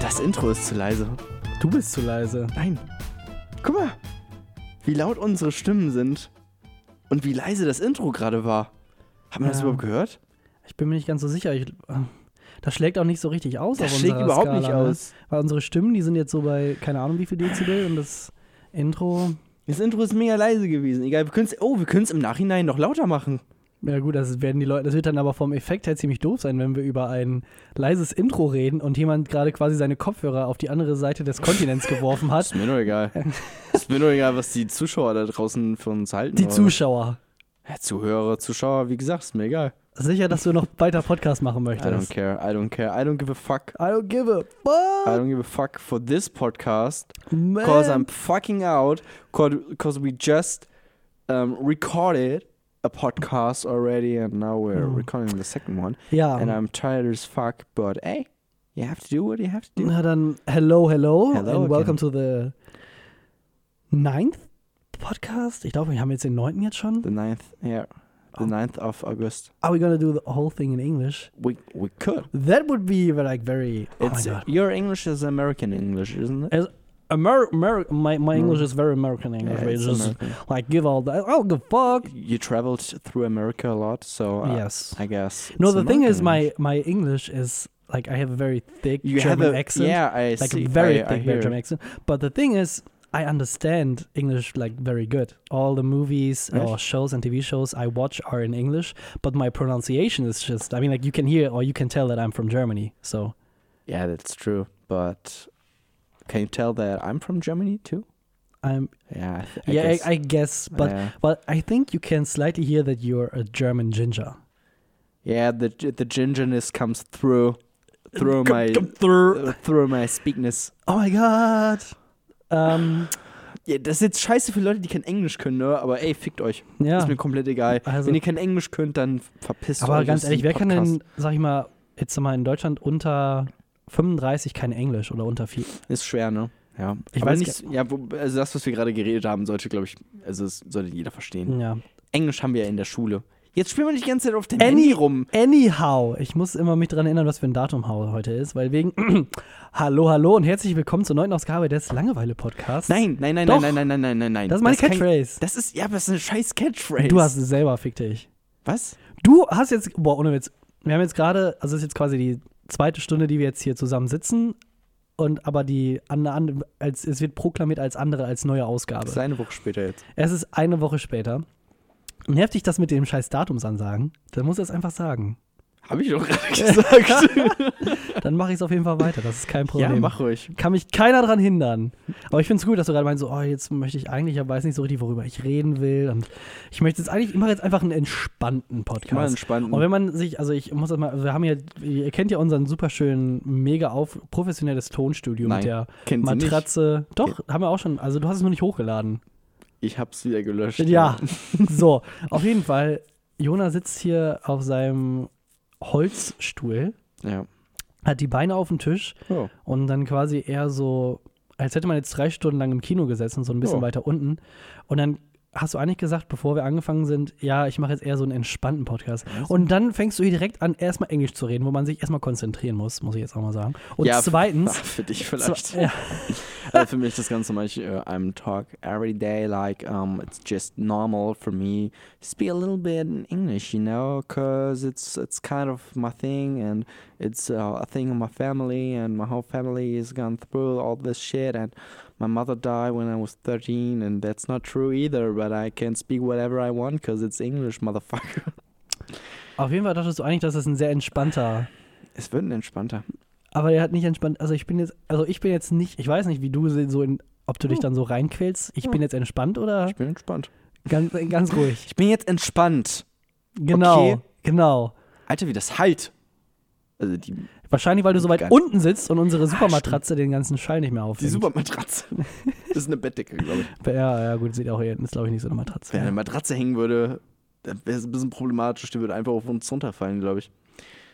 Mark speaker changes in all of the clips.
Speaker 1: Das Intro ist zu leise.
Speaker 2: Du bist zu leise.
Speaker 1: Nein. Guck mal, wie laut unsere Stimmen sind und wie leise das Intro gerade war. Hat man das
Speaker 2: Ja.
Speaker 1: überhaupt gehört?
Speaker 2: Ich bin mir nicht ganz so sicher. Ich, ähm, das schlägt auch nicht so richtig aus.
Speaker 1: Das
Speaker 2: auf
Speaker 1: schlägt
Speaker 2: unserer
Speaker 1: überhaupt
Speaker 2: Skala,
Speaker 1: nicht
Speaker 2: ne?
Speaker 1: aus.
Speaker 2: Weil unsere Stimmen, die sind jetzt so bei, keine Ahnung wie viel Dezibel und das Intro,
Speaker 1: Das Intro ist mega leise gewesen. Egal, wir können es oh, wir können's im Nachhinein noch lauter machen.
Speaker 2: ja gut, das werden die Leute, das wird dann aber vom Effekt her ziemlich doof sein, wenn wir über ein leises Intro reden und jemand gerade quasi seine Kopfhörer auf die andere Seite des Kontinents geworfen hat.
Speaker 1: Ist mir doch egal. ist mir doch egal, was die Zuschauer da draußen von uns halten.
Speaker 2: Die
Speaker 1: aber-
Speaker 2: Zuschauer.
Speaker 1: Ja, Zuhörer, Zuschauer, wie gesagt, ist mir egal.
Speaker 2: Sicher, dass du noch weiter Podcast machen
Speaker 1: I don't
Speaker 2: möchtest.
Speaker 1: care, I don't care, I don't give a fuck.
Speaker 2: I don't give a fuck.
Speaker 1: I don't give a fuck for this podcast.
Speaker 2: Man.
Speaker 1: Cause I'm fucking out. Because we just um, recorded a podcast already and now we're
Speaker 2: Mm. Um.
Speaker 1: recording the second one.
Speaker 2: ja.
Speaker 1: and I'm tired as fuck, but hey, you have to do what you have to do.
Speaker 2: Na dann, er hello, hello,
Speaker 1: Hello
Speaker 2: and
Speaker 1: again.
Speaker 2: welcome to the ninth Podcast. Ich glaube, wir haben jetzt den neunten jetzt schon.
Speaker 1: The 9th, yeah. The
Speaker 2: Oh.
Speaker 1: 9th of August.
Speaker 2: Are we gonna do the whole thing in English?
Speaker 1: We we could.
Speaker 2: That would be like very. Oh
Speaker 1: It's
Speaker 2: my god.
Speaker 1: your English is American English, isn't it?
Speaker 2: Amer Amer my my
Speaker 1: Mm.
Speaker 2: English is very American English.
Speaker 1: Yeah,
Speaker 2: we
Speaker 1: it's
Speaker 2: just
Speaker 1: American.
Speaker 2: like give all the oh the fuck.
Speaker 1: You traveled through America a lot, so uh,
Speaker 2: yes.
Speaker 1: I guess.
Speaker 2: No,
Speaker 1: it's
Speaker 2: the thing is,
Speaker 1: American
Speaker 2: my
Speaker 1: English.
Speaker 2: my English is like I have a very thick
Speaker 1: you
Speaker 2: German
Speaker 1: have a
Speaker 2: accent.
Speaker 1: Yeah, I
Speaker 2: like
Speaker 1: see.
Speaker 2: a very
Speaker 1: I, I
Speaker 2: thick
Speaker 1: hear.
Speaker 2: Belgian accent. But the thing is, I understand English like very good. All the movies or
Speaker 1: Echt?
Speaker 2: shows and TV shows I watch are in English, but my pronunciation is just I mean like you can hear or you can tell that I'm from Germany. So
Speaker 1: Yeah, that's true. But can you tell that I'm from Germany too?
Speaker 2: I'm
Speaker 1: Yeah. I th- I
Speaker 2: yeah, I,
Speaker 1: guess.
Speaker 2: I guess but
Speaker 1: yeah.
Speaker 2: but I think you can slightly hear that you're a German ginger.
Speaker 1: yeah, the the gingerness comes through through
Speaker 2: Come-
Speaker 1: my
Speaker 2: come through.
Speaker 1: uh, through my speakness.
Speaker 2: Oh my god. Um
Speaker 1: Ja, das ist jetzt scheiße für Leute, die kein Englisch können, ne? Aber ey, fickt euch.
Speaker 2: ja.
Speaker 1: Ist mir komplett egal.
Speaker 2: Also-
Speaker 1: Wenn ihr kein Englisch könnt, dann verpisst euch.
Speaker 2: Aber ganz
Speaker 1: Das ist
Speaker 2: ehrlich,
Speaker 1: ein
Speaker 2: wer kann
Speaker 1: Podcast.
Speaker 2: denn, sag ich mal, jetzt mal in Deutschland unter 35 kein Englisch oder unter 4?
Speaker 1: Ist schwer, ne? Ja.
Speaker 2: Ich
Speaker 1: Aber
Speaker 2: weiß
Speaker 1: nicht. Ja, wo- also das, was wir gerade geredet haben, sollte, glaube ich, also es sollte jeder verstehen.
Speaker 2: Ja.
Speaker 1: Englisch haben wir ja in der Schule. Jetzt spielen wir nicht die ganze Zeit auf dem
Speaker 2: Any-
Speaker 1: Handy rum.
Speaker 2: Anyhow, ich muss immer mich daran erinnern, was für ein Datum hau- heute ist, weil wegen Hallo, hallo und herzlich willkommen zur neunten Ausgabe des Langeweile-Podcasts.
Speaker 1: Nein, nein, nein,
Speaker 2: Doch.
Speaker 1: nein, nein, nein, nein, nein, nein.
Speaker 2: das ist meine
Speaker 1: kein-
Speaker 2: Catchphrase.
Speaker 1: Das ist, ja, aber das ist eine scheiß Catchphrase.
Speaker 2: Du hast es selber, fick dich.
Speaker 1: Was?
Speaker 2: Du hast jetzt, boah, ohne Witz, wir haben jetzt gerade, also es ist jetzt quasi die zweite Stunde, die wir jetzt hier zusammen sitzen und aber die, an, an, als, es wird proklamiert als andere, als neue Ausgabe.
Speaker 1: Das ist eine Woche später jetzt.
Speaker 2: Es ist eine Woche später. Nervt dich das mit dem scheiß Datumsansagen? Dann muss er es einfach sagen.
Speaker 1: Hab ich doch gerade gesagt.
Speaker 2: Dann mache ich es auf jeden Fall weiter. Das ist kein Problem.
Speaker 1: ja, mach ruhig.
Speaker 2: Kann mich keiner dran hindern. Aber ich finde es gut, dass du gerade meinst, so, oh, jetzt möchte ich eigentlich, aber weiß nicht so richtig, worüber ich reden will. Und ich möchte jetzt eigentlich, ich mache jetzt einfach einen entspannten Podcast.
Speaker 1: Mal entspannen.
Speaker 2: Und wenn man sich, also ich muss das mal, wir haben ja, ihr kennt ja unseren super schönen, mega auf, professionelles Tonstudio
Speaker 1: Nein,
Speaker 2: mit der
Speaker 1: Kennt sie nicht.
Speaker 2: Matratze. Doch, haben wir auch schon, also du hast es nur nicht hochgeladen.
Speaker 1: Ich hab's wieder gelöscht.
Speaker 2: Ja, so, auf jeden Fall, Jona sitzt hier auf seinem Holzstuhl,
Speaker 1: Ja.
Speaker 2: hat die Beine auf dem Tisch
Speaker 1: Oh.
Speaker 2: und dann quasi eher so, als hätte man jetzt drei Stunden lang im Kino gesessen, so ein bisschen
Speaker 1: Ja.
Speaker 2: weiter unten. Und dann hast du eigentlich gesagt, bevor wir angefangen sind, ja, ich mache jetzt eher so einen entspannten Podcast. Und dann fängst du hier direkt an, erstmal Englisch zu reden, wo man sich erstmal konzentrieren muss, muss ich jetzt auch mal sagen. Und
Speaker 1: Ja,
Speaker 2: zweitens,
Speaker 1: Hm? Ach, für dich vielleicht.
Speaker 2: zwe ja,
Speaker 1: Also für mich das Ganze mal, ich, äh, I'm talk every day like um, it's just normal for me to speak a little bit in English, you know, cause it's it's kind of my thing and it's uh, a thing of my family and my whole family has gone through all this shit and my mother died when I was 13 and that's not true either, but I can speak whatever I want cause it's English, motherfucker.
Speaker 2: auf jeden Fall dachtest du eigentlich, dass das ein sehr entspannter
Speaker 1: Es wird ein entspannter.
Speaker 2: Aber der hat nicht entspannt. Also ich bin jetzt, also ich bin jetzt nicht, ich weiß nicht, wie du se- so in, ob du dich dann so reinquälst. Ich bin jetzt entspannt oder
Speaker 1: Hm. Ich bin entspannt.
Speaker 2: ganz, ganz ruhig.
Speaker 1: Ich bin jetzt entspannt.
Speaker 2: Genau,
Speaker 1: Okay.
Speaker 2: genau.
Speaker 1: Alter, wie das halt. Also die,
Speaker 2: Wahrscheinlich, weil du so weit
Speaker 1: Ganz- Ah,
Speaker 2: unten sitzt und unsere Supermatratze den ganzen Schall nicht mehr
Speaker 1: die
Speaker 2: aufnimmt.
Speaker 1: Supermatratze. das ist eine Bettdecke, glaube ich.
Speaker 2: ja, ja, gut, sieht auch eher, ist glaube ich nicht so eine Matratze.
Speaker 1: Wenn eine
Speaker 2: Ja.
Speaker 1: Matratze hängen würde, dann wäre es ein bisschen problematisch. Die würde einfach auf uns runterfallen, glaube ich.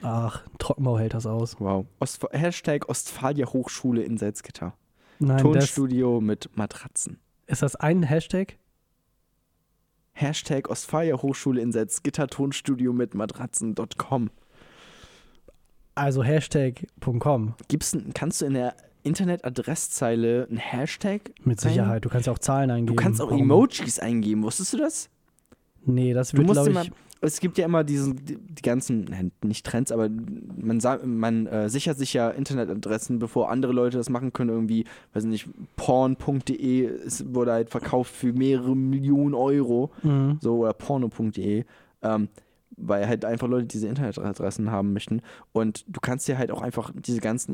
Speaker 2: Ach, Trockenbau hält das aus.
Speaker 1: Wow. Ostf Hashtag Ostfalia Hochschule in Salzgitter.
Speaker 2: Nein, das,
Speaker 1: Tonstudio mit Matratzen.
Speaker 2: ist das ein Hashtag?
Speaker 1: Hashtag Ostfalia Hochschule in Salzgitter Tonstudio mit Matratzen.com.
Speaker 2: Also Hashtag.com.
Speaker 1: Gibt's, n- kannst du in der Internetadresszeile einen Hashtag?
Speaker 2: Mit Sicherheit. Du kannst ja auch Zahlen
Speaker 1: Du
Speaker 2: eingeben.
Speaker 1: kannst auch
Speaker 2: Warum-
Speaker 1: Emojis eingeben, wusstest du das?
Speaker 2: Nee, das
Speaker 1: Du
Speaker 2: wird,
Speaker 1: musst
Speaker 2: glaube
Speaker 1: immer,
Speaker 2: ich.
Speaker 1: es gibt ja immer diesen, die, die ganzen, nein, nicht Trends, aber man, sa- man äh, sichert sich ja Internetadressen, bevor andere Leute das machen können. Irgendwie, weiß nicht, porn.de ist- wurde halt verkauft für mehrere Millionen Euro,
Speaker 2: Mhm.
Speaker 1: so oder porno.de, ähm, weil halt einfach Leute diese Internetadressen haben möchten. Und du kannst dir halt auch einfach diese ganzen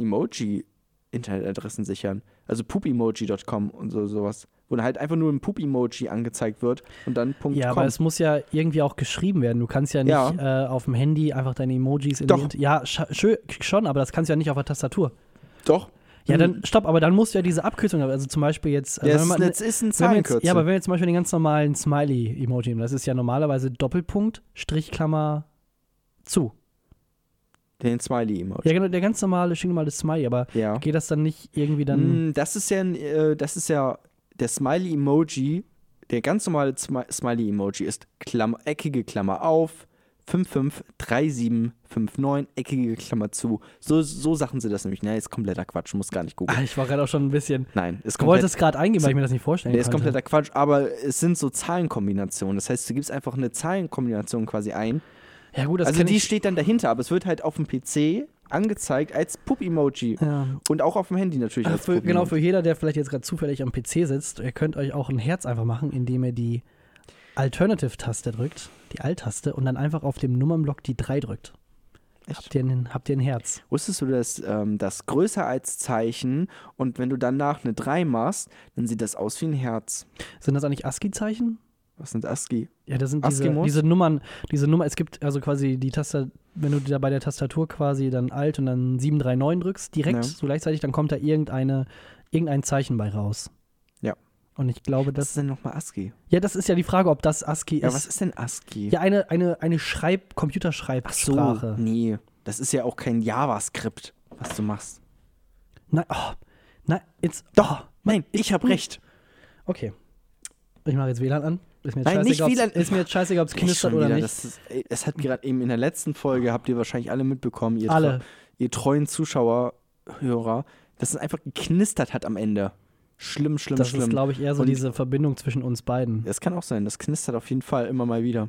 Speaker 1: Emoji-Internetadressen sichern. Also poopemoji.com und so sowas, wo halt einfach nur ein Poop-Emoji angezeigt wird und dann .com.
Speaker 2: Ja, aber es muss ja irgendwie auch geschrieben werden. Du kannst ja nicht Äh, auf dem Handy einfach deine Emojis in die
Speaker 1: Doch.
Speaker 2: Int- Ja, scha- schö- schon, aber das kannst du ja nicht auf der Tastatur.
Speaker 1: Doch.
Speaker 2: Ja, dann stopp, aber dann musst du ja diese Abkürzung haben. Also zum Beispiel jetzt. äh,
Speaker 1: Hm. Ja, es
Speaker 2: sagen wir
Speaker 1: ist,
Speaker 2: mal,
Speaker 1: eine- es ist ein
Speaker 2: wenn wir jetzt,
Speaker 1: Zahlenkürzel.
Speaker 2: ja, aber wenn wir jetzt zum Beispiel den ganz normalen Smiley-Emoji nehmen, das ist ja normalerweise Doppelpunkt, Strichklammer zu.
Speaker 1: den Smiley-Emoji.
Speaker 2: Ja, genau, der ganz normale, stinknormale Smiley, aber
Speaker 1: Ja.
Speaker 2: geht das dann nicht irgendwie dann.
Speaker 1: Mm, Das ist ja, ein, äh, das ist ja der Smiley-Emoji, der ganz normale Smi- Smiley-Emoji ist Klam eckige Klammer auf, 553759, eckige Klammer zu. So, so sagen sie das nämlich. Na, ist kompletter Quatsch, muss gar nicht
Speaker 2: Ah,
Speaker 1: googeln.
Speaker 2: ich war gerade auch schon ein bisschen.
Speaker 1: Nein, ist
Speaker 2: Du
Speaker 1: komplett,
Speaker 2: wolltest es gerade eingeben, weil ich mir das nicht vorstellen
Speaker 1: nee, ist
Speaker 2: konnte.
Speaker 1: kompletter Quatsch, aber es sind so Zahlenkombinationen. Das heißt, du gibst einfach eine Zahlenkombination quasi ein.
Speaker 2: ja, gut, das
Speaker 1: also
Speaker 2: kenn
Speaker 1: die
Speaker 2: ich-
Speaker 1: steht dann dahinter, aber es wird halt auf dem PC angezeigt als Pup-Emoji.
Speaker 2: Ja.
Speaker 1: Und auch auf dem Handy natürlich.
Speaker 2: Ach,
Speaker 1: als
Speaker 2: für,
Speaker 1: Puppen-
Speaker 2: genau, für jeder, der vielleicht jetzt gerade zufällig am PC sitzt, ihr könnt euch auch ein Herz einfach machen, indem ihr die Alternative-Taste drückt, die Alt-Taste, und dann einfach auf dem Nummernblock die 3 drückt.
Speaker 1: Echt?
Speaker 2: Habt ihr, ein, habt ihr ein Herz?
Speaker 1: Wusstest du, dass ähm, das größer als Zeichen und wenn du danach eine 3 machst, dann sieht das aus wie ein Herz.
Speaker 2: Sind das eigentlich ASCII-Zeichen?
Speaker 1: Was sind ASCII?
Speaker 2: Ja, das sind diese,
Speaker 1: ASCII-Mos?
Speaker 2: diese Nummern, diese Nummer, es gibt also quasi die Taste, wenn du da bei der Tastatur quasi dann Alt und dann 739 drückst, direkt,
Speaker 1: Ja.
Speaker 2: so gleichzeitig, dann kommt da irgendeine, irgendein Zeichen bei raus.
Speaker 1: Ja.
Speaker 2: Und ich glaube,
Speaker 1: Was
Speaker 2: das.
Speaker 1: ist denn nochmal ASCII?
Speaker 2: Ja, das ist ja die Frage, ob das ASCII
Speaker 1: Ja,
Speaker 2: ist.
Speaker 1: was ist denn ASCII?
Speaker 2: Ja, eine, eine, eine Schreib-, Computerschreibsprache.
Speaker 1: nee. Das ist ja auch kein JavaScript, was du machst.
Speaker 2: Nein, oh, nein, jetzt. oh,
Speaker 1: Doch, nein, ich habe recht.
Speaker 2: Okay. Ich mache jetzt WLAN an. Ist mir jetzt
Speaker 1: Nein, nicht
Speaker 2: scheißegal, ob's-
Speaker 1: WLAN.
Speaker 2: Ist mir jetzt scheißegal, ob es
Speaker 1: Echt schon
Speaker 2: knistert oder
Speaker 1: wieder,
Speaker 2: nicht.
Speaker 1: Das ist, ey, es hat gerade eben in der letzten Folge, habt ihr wahrscheinlich alle mitbekommen, ihr,
Speaker 2: Alle.
Speaker 1: tre- ihr treuen Zuschauer, Hörer, dass es einfach geknistert hat am Ende. Schlimm, schlimm,
Speaker 2: das
Speaker 1: schlimm.
Speaker 2: ist, glaube ich, eher so
Speaker 1: Und-
Speaker 2: diese Verbindung zwischen uns beiden.
Speaker 1: Es kann auch sein, das knistert auf jeden Fall immer mal wieder.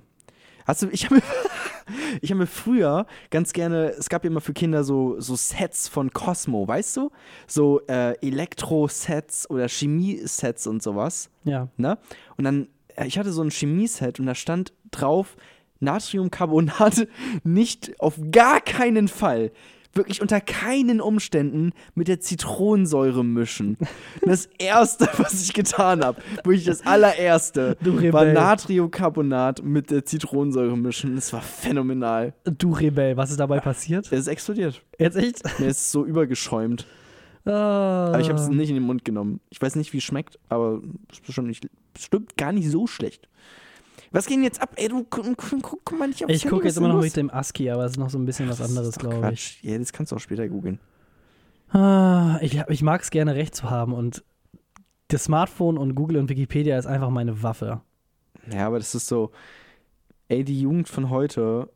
Speaker 1: Hast du, ich habe mir, ich hab mir früher ganz gerne, es gab ja immer für Kinder so, so Sets von Cosmo, weißt du? So äh, Elektro-Sets oder Chemie-Sets und sowas,
Speaker 2: Ja.
Speaker 1: ne? Und dann, äh, ich hatte so ein Chemie-Set und da stand drauf, Natriumcarbonate nicht auf gar keinen Fall, wirklich unter keinen Umständen mit der Zitronensäure mischen. Das erste, was ich getan habe, wirklich das allererste,
Speaker 2: Du
Speaker 1: war
Speaker 2: Rebell.
Speaker 1: Natriumcarbonat mit der Zitronensäure mischen. Das war phänomenal.
Speaker 2: Du Rebell, was ist dabei passiert?
Speaker 1: Es ist explodiert.
Speaker 2: Jetzt echt?
Speaker 1: Mir ist so übergeschäumt.
Speaker 2: Ah.
Speaker 1: Aber ich habe es nicht in den Mund genommen. Ich weiß nicht, wie es schmeckt, aber es ist bestimmt, nicht, bestimmt gar nicht so schlecht. Was geht denn jetzt ab? Ey, du gu- gu- guck, guck mal nicht auf
Speaker 2: Ich gucke jetzt immer noch mit dem ASCII, aber es ist noch so ein bisschen was anderes, glaube ich.
Speaker 1: Quatsch. Ja, das kannst du auch später googeln.
Speaker 2: Ah, ich. Ich mag es gerne, recht zu haben. Und das Smartphone und Google und Wikipedia ist einfach meine Waffe.
Speaker 1: Ja, aber das ist so, ey, die Jugend von heute.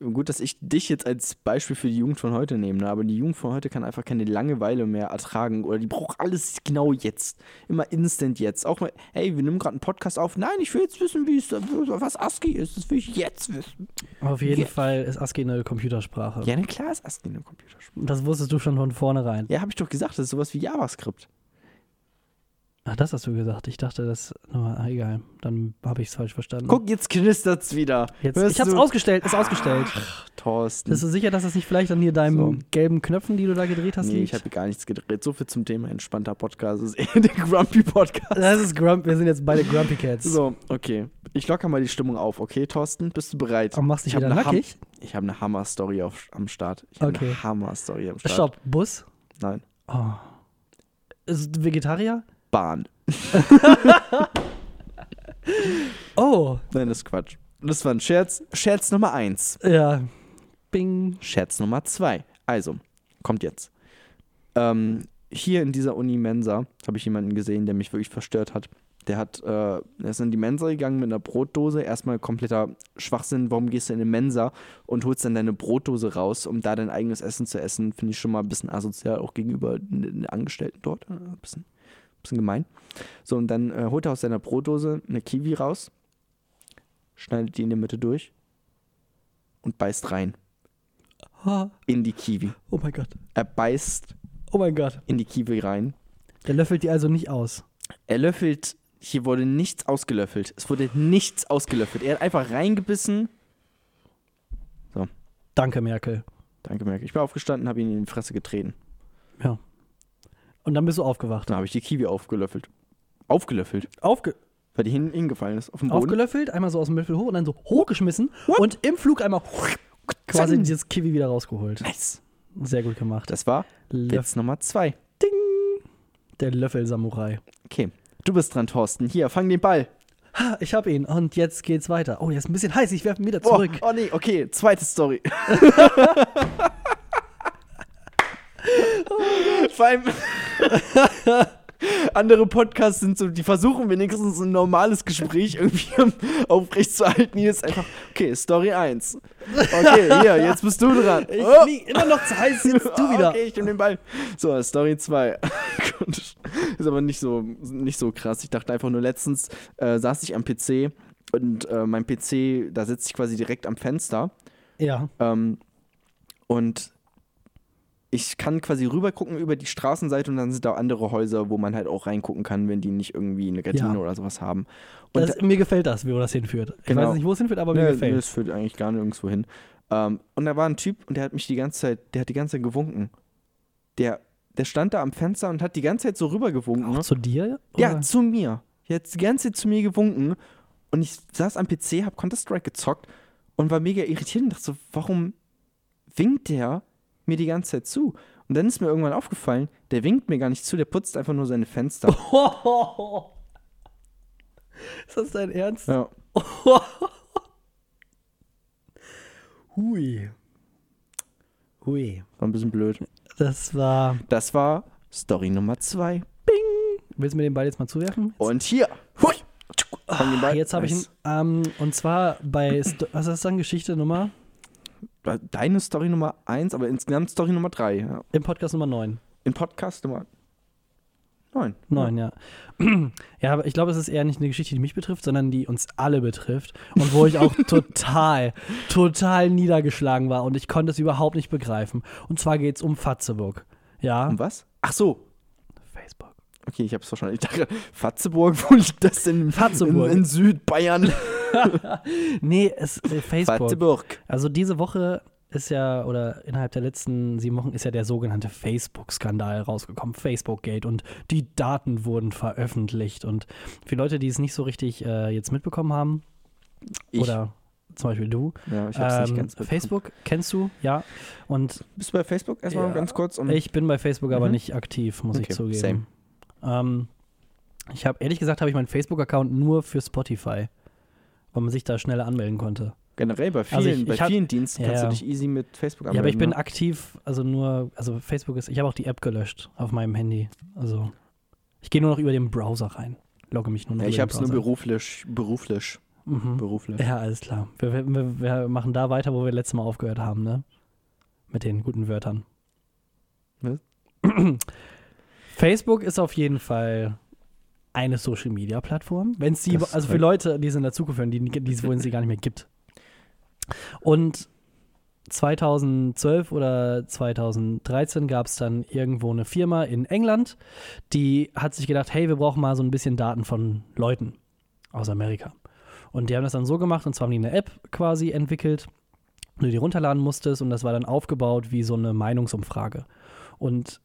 Speaker 1: Gut, dass ich dich jetzt als Beispiel für die Jugend von heute nehme, ne? aber die Jugend von heute kann einfach keine Langeweile mehr ertragen oder die braucht alles genau jetzt. Immer instant jetzt. Auch mal, hey, wir nehmen gerade einen Podcast auf. Nein, ich will jetzt wissen, wie es, was ASCII ist. Das will ich jetzt wissen.
Speaker 2: Auf jeden
Speaker 1: Ja.
Speaker 2: Fall ist ASCII eine Computersprache.
Speaker 1: Ja, na klar ist ASCII eine Computersprache.
Speaker 2: Das wusstest du schon von vornherein.
Speaker 1: Ja, habe ich doch gesagt, das ist sowas wie JavaScript.
Speaker 2: Hm. Ach, das hast du gesagt. Ich dachte, das. Na, ah, egal, dann habe ich es falsch verstanden.
Speaker 1: Guck, jetzt knistert's wieder.
Speaker 2: jetzt,
Speaker 1: Hörst
Speaker 2: ich habe es
Speaker 1: du?
Speaker 2: ausgestellt, ist ausgestellt.
Speaker 1: Ach, Thorsten.
Speaker 2: Bist du sicher, dass das nicht vielleicht an hier deinen
Speaker 1: So.
Speaker 2: gelben Knöpfen, die du da gedreht hast,
Speaker 1: nee,
Speaker 2: liegt?
Speaker 1: ich habe gar nichts gedreht. So viel zum Thema entspannter Podcast. Das ist eher der Grumpy Podcast.
Speaker 2: das ist Grump, wir sind jetzt beide Grumpy Cats.
Speaker 1: So, okay. Ich locker mal die Stimmung auf, okay, Thorsten? Bist du bereit?
Speaker 2: Und Oh, machst dich
Speaker 1: Ich hab
Speaker 2: wieder
Speaker 1: eine Ham-
Speaker 2: nackig?
Speaker 1: Ich habe eine Hammer-Story auf- am Start. Ich habe
Speaker 2: Okay.
Speaker 1: eine Hammer-Story am Start.
Speaker 2: Stopp, Bus?
Speaker 1: Nein,
Speaker 2: Oh. Ist Vegetarier?
Speaker 1: Bahn.
Speaker 2: Oh,
Speaker 1: Nein, das ist Quatsch. Das war ein Scherz. Scherz Nummer eins.
Speaker 2: ja. Bing.
Speaker 1: Scherz Nummer zwei. Also, kommt jetzt. Ähm, hier in dieser Uni Mensa habe ich jemanden gesehen, der mich wirklich verstört hat. Der hat, äh, er ist in die Mensa gegangen mit einer Brotdose. Erstmal kompletter Schwachsinn. Warum gehst du in eine Mensa und holst dann deine Brotdose raus, um da dein eigenes Essen zu essen? Finde ich schon mal ein bisschen asozial, auch gegenüber den den Angestellten dort. Äh, Ein bisschen, bisschen gemein. So, und dann äh, holt er aus seiner Brotdose eine Kiwi raus, schneidet die in der Mitte durch und beißt rein
Speaker 2: Ha,
Speaker 1: in die Kiwi.
Speaker 2: Oh mein Gott.
Speaker 1: Er beißt
Speaker 2: Oh mein Gott.
Speaker 1: in die Kiwi rein.
Speaker 2: Der löffelt die also nicht aus.
Speaker 1: Er löffelt, hier wurde nichts ausgelöffelt. Es wurde nichts ausgelöffelt. Er hat einfach reingebissen.
Speaker 2: Danke, Merkel.
Speaker 1: Danke, Merkel. Ich bin aufgestanden, habe ihn in die Fresse getreten.
Speaker 2: Und dann bist du aufgewacht.
Speaker 1: Dann habe ich die Kiwi aufgelöffelt. Aufgelöffelt,
Speaker 2: Aufge
Speaker 1: weil die hin hingefallen ist auf dem Boden.
Speaker 2: aufgelöffelt, einmal so aus dem Löffel hoch und dann so hochgeschmissen und im Flug einmal quasi
Speaker 1: Zang.
Speaker 2: dieses Kiwi wieder rausgeholt.
Speaker 1: nice.
Speaker 2: Sehr gut gemacht.
Speaker 1: Das war
Speaker 2: Löff
Speaker 1: Witz Nummer zwei.
Speaker 2: der Löffel-Samurai.
Speaker 1: Okay, du bist dran, Thorsten. Hier, fang den Ball.
Speaker 2: Ha, ich hab ihn und jetzt geht's weiter. Oh, jetzt ist ein bisschen heiß, ich werfe ihn wieder
Speaker 1: Boah,
Speaker 2: zurück.
Speaker 1: Oh nee, okay, zweite Story. Vor allem. Andere Podcasts sind so, die versuchen wenigstens ein normales Gespräch irgendwie aufrecht zu halten. Hier ist einfach, okay, Story 1. Okay, hier, jetzt bist du dran.
Speaker 2: Ich
Speaker 1: Oh.
Speaker 2: lieg immer noch zu heiß, jetzt du wieder.
Speaker 1: Okay, ich nehme den Ball. So, Story 2. Gut. ist aber nicht so, nicht so krass. Ich dachte einfach nur, letztens äh, saß ich am PC und äh, mein PC, da sitze ich quasi direkt am Fenster
Speaker 2: Ja,
Speaker 1: ähm, und ich kann quasi rübergucken über die Straßenseite und dann sind da andere Häuser, wo man halt auch reingucken kann, wenn die nicht irgendwie eine Gardine
Speaker 2: Ja.
Speaker 1: oder sowas haben. Und
Speaker 2: das, mir gefällt das, wie wo das hinführt. Ich
Speaker 1: Genau.
Speaker 2: weiß nicht, wo es hinführt, aber mir
Speaker 1: Nee, nee,
Speaker 2: gefällt
Speaker 1: das führt eigentlich gar nirgendwo hin. Ähm, und da war ein Typ und der hat mich die ganze Zeit, der hat die ganze Zeit gewunken. Der, der stand da am Fenster und hat die ganze Zeit so rübergewunken. ne?
Speaker 2: Auch zu dir?
Speaker 1: Hm? Ja,
Speaker 2: oder?
Speaker 1: zu mir. Der hat die ganze Zeit zu mir gewunken und ich saß am PC, hab Counter-Strike gezockt und war mega irritiert und dachte so, warum winkt der mir die ganze Zeit zu? Und dann ist mir irgendwann aufgefallen, der winkt mir gar nicht zu, der putzt einfach nur seine Fenster.
Speaker 2: Oh. Ist das dein Ernst?
Speaker 1: Ja.
Speaker 2: Hui. Hui.
Speaker 1: War ein bisschen blöd.
Speaker 2: Das war.
Speaker 1: Das war Story Nummer 2.
Speaker 2: Willst du mir den Ball jetzt mal zuwerfen?
Speaker 1: Und hier. Hui. Fang den
Speaker 2: Ah,
Speaker 1: Ball.
Speaker 2: jetzt habe ich ihn.
Speaker 1: Oh, Nice.
Speaker 2: Ähm, und zwar bei. Sto- Was ist das dann? Geschichte Nummer?
Speaker 1: Deine Story Nummer 1, aber insgesamt Story Nummer 3. Ja.
Speaker 2: Im Podcast Nummer 9.
Speaker 1: Im Podcast Nummer 9.
Speaker 2: 9, ja.
Speaker 1: Hm.
Speaker 2: Ja, aber ich glaube, es ist eher nicht eine Geschichte, die mich betrifft, sondern die uns alle betrifft. Und wo ich auch total, total niedergeschlagen war und ich konnte es überhaupt nicht begreifen. Und zwar geht es um Fatzeburg. Ja.
Speaker 1: Und was? Ach so.
Speaker 2: Facebook.
Speaker 1: Okay, ich hab's verstanden. Ich dachte, Fatzeburg, wo liegt das denn?
Speaker 2: Fatzeburg.
Speaker 1: In, in Südbayern.
Speaker 2: Nee, es, äh, Facebook.
Speaker 1: Fatzeburg.
Speaker 2: Also diese Woche ist ja, oder innerhalb der letzten sieben Wochen ist ja der sogenannte Facebook-Skandal rausgekommen, Facebook-Gate. Und die Daten wurden veröffentlicht. Und für Leute, die es nicht so richtig äh, jetzt mitbekommen haben,
Speaker 1: Ich.
Speaker 2: oder zum Beispiel du,
Speaker 1: ja, ich hab's nicht
Speaker 2: ähm,
Speaker 1: ganz mitbekommen.
Speaker 2: Facebook kennst du, ja. Und
Speaker 1: Bist du bei Facebook? Erstmal
Speaker 2: Ja.
Speaker 1: ganz kurz. Und
Speaker 2: ich bin bei Facebook aber
Speaker 1: Ähm, Mhm.
Speaker 2: nicht aktiv, muss
Speaker 1: Okay,
Speaker 2: ich zugeben. Ähm, ich habe ehrlich gesagt, habe ich meinen Facebook-Account nur für Spotify, weil man sich da schneller anmelden konnte.
Speaker 1: generell bei vielen,
Speaker 2: Also ich-
Speaker 1: bei
Speaker 2: ich hab-
Speaker 1: vielen Diensten kannst
Speaker 2: Ja.
Speaker 1: du dich easy mit Facebook
Speaker 2: ja, aber ich bin
Speaker 1: ne?
Speaker 2: aktiv, also nur, also Facebook ist, ich habe auch die App gelöscht auf meinem Handy. Also ich gehe nur noch über den Browser rein, logge mich nur noch
Speaker 1: ja,
Speaker 2: über
Speaker 1: ich
Speaker 2: den
Speaker 1: hab's nur
Speaker 2: Browser.
Speaker 1: beruflich. Beruflich.
Speaker 2: Mhm.
Speaker 1: Beruflich.
Speaker 2: Ja, alles klar. Wir, wir- wir, wir machen da weiter, wo wir letztes Mal aufgehört haben, ne? Mit den guten Wörtern.
Speaker 1: Was?
Speaker 2: Facebook ist auf jeden Fall eine Social Media Plattform, wenn es die,
Speaker 1: Das ist
Speaker 2: also für
Speaker 1: korrekt.
Speaker 2: Leute, die es in der Zukunft hören, die, die es, wo es sie gar nicht mehr gibt. Und 2012 oder 2013 gab es dann irgendwo eine Firma in England, die hat sich gedacht, hey, wir brauchen mal so ein bisschen Daten von Leuten aus Amerika. Und die haben das dann so gemacht, und zwar haben die eine App quasi entwickelt, die du die runterladen musstest, und das war dann aufgebaut wie so eine Meinungsumfrage. Und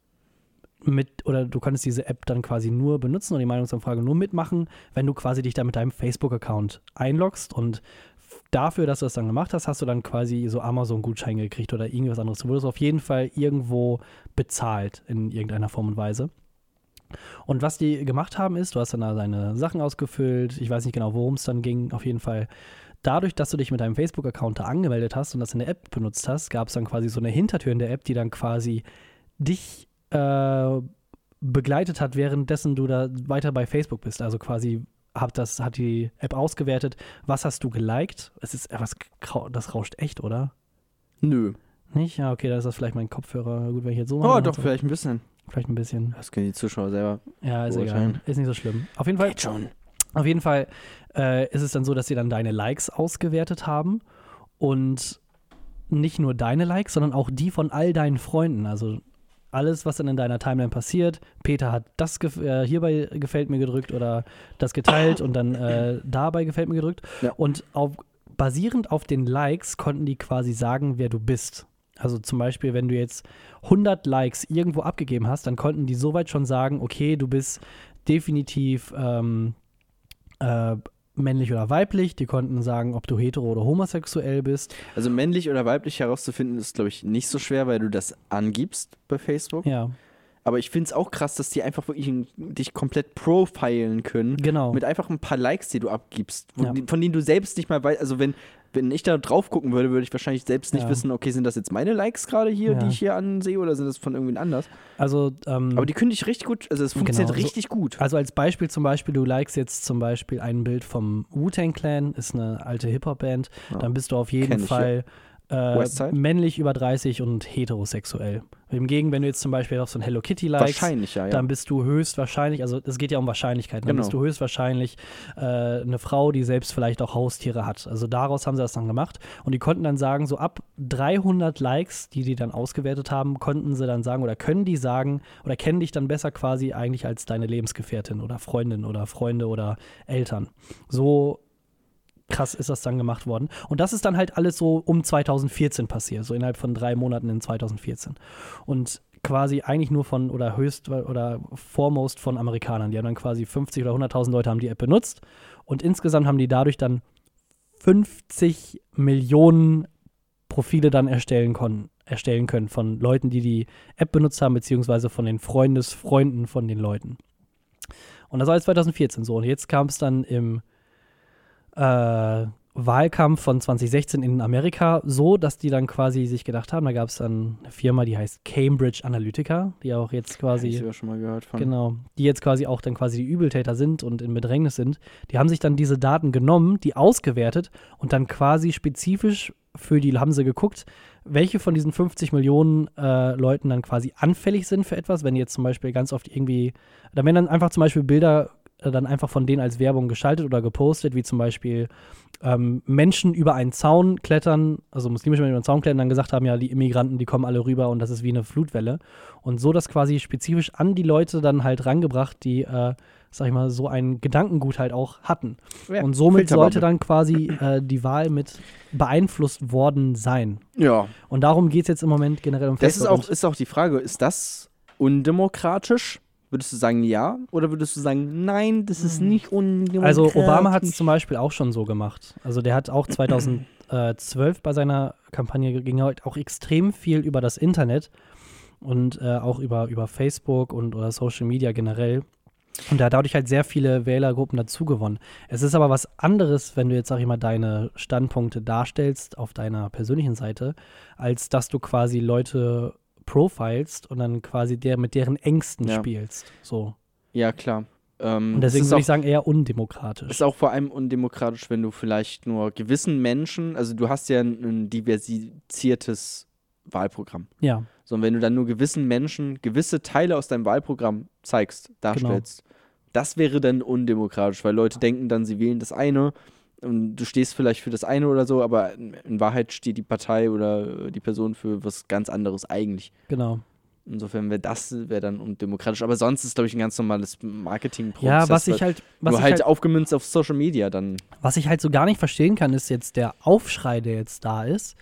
Speaker 2: mit, oder du konntest diese App dann quasi nur benutzen und die Meinungsumfrage nur mitmachen, wenn du quasi dich da mit deinem Facebook-Account einloggst und f- dafür, dass du das dann gemacht hast, hast du dann quasi so Amazon-Gutschein gekriegt oder irgendwas anderes. Du wurdest auf jeden Fall irgendwo bezahlt in irgendeiner Form und Weise. Und was die gemacht haben ist, du hast dann da deine Sachen ausgefüllt, ich weiß nicht genau, worum es dann ging, auf jeden Fall. Dadurch, dass du dich mit deinem Facebook-Account da angemeldet hast und das in der App benutzt hast, gab es dann quasi so eine Hintertür in der App, die dann quasi dich äh, begleitet hat, währenddessen du da weiter bei Facebook bist. Also quasi hat, das, hat die App ausgewertet, was hast du geliked? Es ist etwas, das rauscht echt, oder?
Speaker 1: Nö.
Speaker 2: Nicht? Ja, okay, da ist das vielleicht mein Kopfhörer. Gut, wenn ich jetzt so
Speaker 1: Oh,
Speaker 2: mache,
Speaker 1: doch,
Speaker 2: dann-
Speaker 1: vielleicht ein bisschen.
Speaker 2: vielleicht ein bisschen.
Speaker 1: Das können die Zuschauer selber.
Speaker 2: Ja, ist egal.
Speaker 1: Beurteilen.
Speaker 2: Ist nicht so schlimm. Auf jeden Fall,
Speaker 1: schon.
Speaker 2: auf jeden Fall äh, ist es dann so, dass sie dann deine Likes ausgewertet haben und nicht nur deine Likes, sondern auch die von all deinen Freunden. Also alles, was dann in deiner Timeline passiert. Peter hat das gef äh, hierbei gefällt mir gedrückt oder das geteilt und dann äh, dabei gefällt mir gedrückt.
Speaker 1: Ja.
Speaker 2: Und auf, basierend auf den Likes konnten die quasi sagen, wer du bist. Also zum Beispiel, wenn du jetzt 100 Likes irgendwo abgegeben hast, dann konnten die soweit schon sagen, okay, du bist definitiv ähm, äh, männlich oder weiblich. Die konnten sagen, ob du hetero oder homosexuell bist.
Speaker 1: Also männlich oder weiblich herauszufinden ist, glaube ich, nicht so schwer, weil du das angibst bei Facebook.
Speaker 2: Ja,
Speaker 1: Aber ich finde es auch krass, dass die einfach wirklich in- dich komplett profilen können.
Speaker 2: genau.
Speaker 1: Mit einfach ein paar Likes, die du abgibst, wo,
Speaker 2: Ja.
Speaker 1: die- von denen du selbst nicht mal weißt. Also wenn, wenn ich da drauf gucken würde, würde ich wahrscheinlich selbst nicht
Speaker 2: Ja.
Speaker 1: wissen, okay, sind das jetzt meine Likes gerade hier,
Speaker 2: Ja.
Speaker 1: die ich hier ansehe, oder sind das von irgendwen anders?
Speaker 2: Also, ähm,
Speaker 1: Aber die können dich richtig gut, also es funktioniert
Speaker 2: Genau, so-
Speaker 1: richtig gut.
Speaker 2: Also als Beispiel zum Beispiel, du likest jetzt zum Beispiel ein Bild vom Wu-Tang Clan, ist eine alte Hip-Hop-Band,
Speaker 1: Ja.
Speaker 2: dann bist du auf jeden
Speaker 1: Kenn ich,
Speaker 2: Fall äh,
Speaker 1: Westside?
Speaker 2: männlich über 30 und heterosexuell. Hingegen, wenn du jetzt zum Beispiel auf so ein Hello Kitty likest,
Speaker 1: Wahrscheinlich, ja. ja.
Speaker 2: dann bist du höchstwahrscheinlich, also es geht ja um Wahrscheinlichkeiten, dann
Speaker 1: Genau.
Speaker 2: bist du höchstwahrscheinlich äh, eine Frau, die selbst vielleicht auch Haustiere hat. Also daraus haben sie das dann gemacht und die konnten dann sagen, so ab 300 Likes, die die dann ausgewertet haben, konnten sie dann sagen oder können die sagen oder kennen dich dann besser quasi eigentlich als deine Lebensgefährtin oder Freundin oder Freunde oder Eltern. So krass ist das dann gemacht worden. Und das ist dann halt alles so um 2014 passiert, so innerhalb von drei Monaten in 2014. Und quasi eigentlich nur von oder höchst oder foremost von Amerikanern. Die haben dann quasi 50 oder 100.000 Leute haben die App benutzt und insgesamt haben die dadurch dann 50 Millionen Profile dann erstellen konnten erstellen können von Leuten, die die App benutzt haben, beziehungsweise von den Freundesfreunden von den Leuten. Und das war jetzt 2014 so. Und jetzt kam es dann im äh, Wahlkampf von 2016 in Amerika so, dass die dann quasi sich gedacht haben, da gab es dann eine Firma, die heißt Cambridge Analytica, die auch jetzt
Speaker 1: Hab ich
Speaker 2: quasi,
Speaker 1: sogar schon mal gehört von.
Speaker 2: genau, die jetzt quasi auch dann quasi die Übeltäter sind und in Bedrängnis sind. Die haben sich dann diese Daten genommen, die ausgewertet und dann quasi spezifisch für die haben sie geguckt, welche von diesen 50 Millionen äh, Leuten dann quasi anfällig sind für etwas, wenn die jetzt zum Beispiel ganz oft irgendwie, dann werden dann einfach zum Beispiel Bilder äh, dann einfach von denen als Werbung geschaltet oder gepostet, wie zum Beispiel ähm, Menschen über einen Zaun klettern, also muslimische Menschen über einen Zaun klettern, dann gesagt haben, ja, die Immigranten, die kommen alle rüber und das ist wie eine Flutwelle. Und so das quasi spezifisch an die Leute dann halt rangebracht, die, äh, sag ich mal, so einen Gedankengut halt auch hatten.
Speaker 1: Ja,
Speaker 2: Und somit
Speaker 1: Filterbubble.
Speaker 2: sollte dann quasi äh, die Wahl mit beeinflusst worden sein.
Speaker 1: Ja,
Speaker 2: Und darum geht es jetzt im Moment generell um
Speaker 1: das ist
Speaker 2: Facebook
Speaker 1: auch, ist auch die Frage, ist das undemokratisch? Würdest du sagen ja oder würdest du sagen nein, das ist nicht
Speaker 2: und-
Speaker 1: undemokratisch?
Speaker 2: Hm. Also Obama hat es zum Beispiel auch schon so gemacht. Also der hat auch 2012 bei seiner Kampagne ging halt auch extrem viel über das Internet und äh, auch über, über Facebook und oder Social Media generell. Und da hat dadurch halt sehr viele Wählergruppen dazu gewonnen. Es ist aber was anderes, wenn du jetzt, sag ich mal, deine Standpunkte darstellst auf deiner persönlichen Seite, als dass du quasi Leute profilst und dann quasi der mit deren Ängsten
Speaker 1: Ja.
Speaker 2: spielst. So.
Speaker 1: Ja, klar. Ähm,
Speaker 2: Und deswegen
Speaker 1: es ist
Speaker 2: würde
Speaker 1: auch,
Speaker 2: ich sagen, eher undemokratisch.
Speaker 1: ist auch vor allem undemokratisch, wenn du vielleicht nur gewissen Menschen, also du hast ja ein, ein diversifiziertes Wahlprogramm.
Speaker 2: Ja,
Speaker 1: So, und wenn du dann nur gewissen Menschen gewisse Teile aus deinem Wahlprogramm zeigst, darstellst, das wäre dann undemokratisch, weil Leute denken dann, sie wählen das eine und du stehst vielleicht für das eine oder so, aber in, in Wahrheit steht die Partei oder äh, die Person für was ganz anderes eigentlich.
Speaker 2: genau.
Speaker 1: Insofern wäre das wäre dann undemokratisch. Aber sonst ist, glaube ich, ein ganz normales Marketingprozess.
Speaker 2: Ja, was
Speaker 1: weil-
Speaker 2: ich halt, was
Speaker 1: nur
Speaker 2: ich
Speaker 1: halt,
Speaker 2: halt,
Speaker 1: aufgemünzt auf Social Media dann.
Speaker 2: was ich halt so gar nicht verstehen kann, ist jetzt der Aufschrei, der jetzt da ist,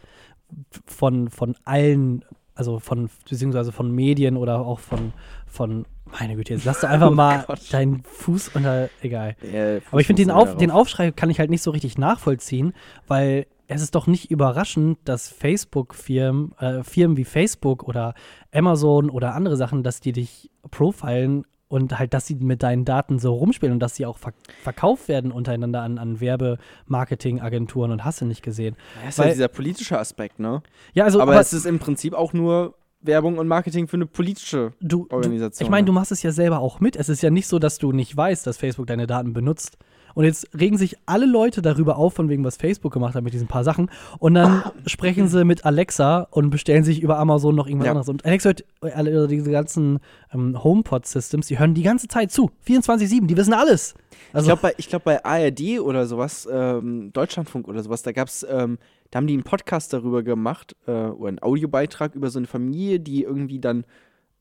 Speaker 2: von, von allen, also von, beziehungsweise von Medien oder auch von, von, meine Güte, jetzt lass doch einfach
Speaker 1: Oh
Speaker 2: mal
Speaker 1: Gott.
Speaker 2: deinen Fuß unter, egal.
Speaker 1: Äh,
Speaker 2: Aber ich finde den,
Speaker 1: Fußfuß
Speaker 2: Auf, den Aufschrei kann ich halt nicht so richtig nachvollziehen, weil es ist doch nicht überraschend, dass Facebook-Firmen, äh, Firmen wie Facebook oder Amazon oder andere Sachen, dass die dich profilen und halt, dass sie mit deinen Daten so rumspielen und dass sie auch verk verkauft werden untereinander an, an Werbemarketingagenturen und hast du nicht gesehen.
Speaker 1: Ja, ist ja
Speaker 2: weil-
Speaker 1: dieser politische Aspekt, ne?
Speaker 2: Ja, also
Speaker 1: aber
Speaker 2: aber
Speaker 1: es ist im Prinzip auch nur Werbung und Marketing für eine politische
Speaker 2: du, du,
Speaker 1: Organisation.
Speaker 2: ne? ich meine, du machst es ja selber auch mit. Es ist ja nicht so, dass du nicht weißt, dass Facebook deine Daten benutzt. Und jetzt regen sich alle Leute darüber auf, von wegen, was Facebook gemacht hat mit diesen paar Sachen. Und dann sprechen sie mit Alexa und bestellen sich über Amazon noch irgendwas
Speaker 1: Ja.
Speaker 2: anderes. Und Alexa hört äh, alle oder diese ganzen ähm, HomePod-Systems, die hören die ganze Zeit zu. 24-7, die wissen alles.
Speaker 1: Ich
Speaker 2: Also,
Speaker 1: glaube, bei, ich glaub, bei ARD oder sowas, ähm, Deutschlandfunk oder sowas, da gab's, ähm, da haben die einen Podcast darüber gemacht, äh, oder einen Audiobeitrag über so eine Familie, die irgendwie dann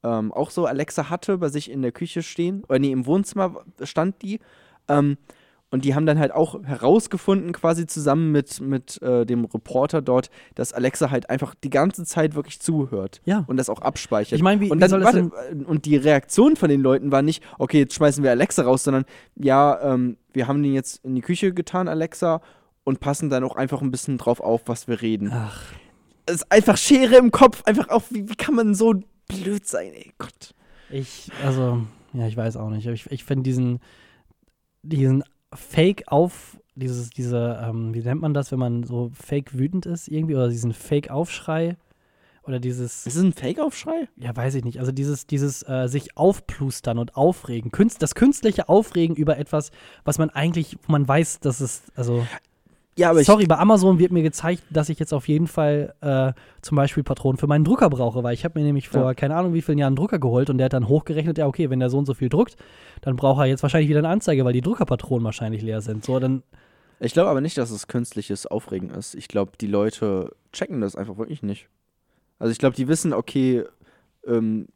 Speaker 1: ähm, auch so Alexa hatte, bei sich in der Küche stehen, oder nee, im Wohnzimmer stand die. Ähm, und die haben dann halt auch herausgefunden, quasi zusammen mit, mit äh, dem Reporter dort, dass Alexa halt einfach die ganze Zeit wirklich zuhört
Speaker 2: Ja.
Speaker 1: und das auch abspeichert.
Speaker 2: Ich meine, wie-
Speaker 1: und
Speaker 2: wie
Speaker 1: dann,
Speaker 2: soll das
Speaker 1: warte, äh, und die Reaktion von den Leuten war nicht, okay, jetzt schmeißen wir Alexa raus, sondern ja, ähm, wir haben den jetzt in die Küche getan, Alexa, und passen dann auch einfach ein bisschen drauf auf, was wir reden.
Speaker 2: ach,
Speaker 1: Es ist einfach Schere im Kopf, einfach auch, wie, wie kann man so blöd sein, ey Gott.
Speaker 2: ich, also, ja, ich weiß auch nicht. Aber Ich, ich finde diesen, diesen Fake auf, dieses, diese, ähm, wie nennt man das, wenn man so fake wütend ist irgendwie, oder diesen Fake-Aufschrei oder dieses.
Speaker 1: Ist das ein Fake-Aufschrei?
Speaker 2: ja, weiß ich nicht. Also dieses, dieses äh, sich aufplustern und aufregen, Künst, das künstliche Aufregen über etwas, was man eigentlich, wo man weiß, dass es, also
Speaker 1: Ja, aber
Speaker 2: sorry, bei Amazon wird mir gezeigt, dass ich jetzt auf jeden Fall äh, zum Beispiel Patronen für meinen Drucker brauche, weil ich habe mir nämlich vor
Speaker 1: Ja.
Speaker 2: keine Ahnung wie vielen Jahren einen Drucker geholt und der hat dann hochgerechnet, ja okay, wenn der so und so viel druckt, dann braucht er jetzt wahrscheinlich wieder eine Anzeige, weil die Druckerpatronen wahrscheinlich leer sind. So, dann
Speaker 1: ich, ich glaube aber nicht, dass es künstliches Aufregen ist. Ich glaube, die Leute checken das einfach wirklich nicht. Also ich glaube, die wissen, okay, ähm,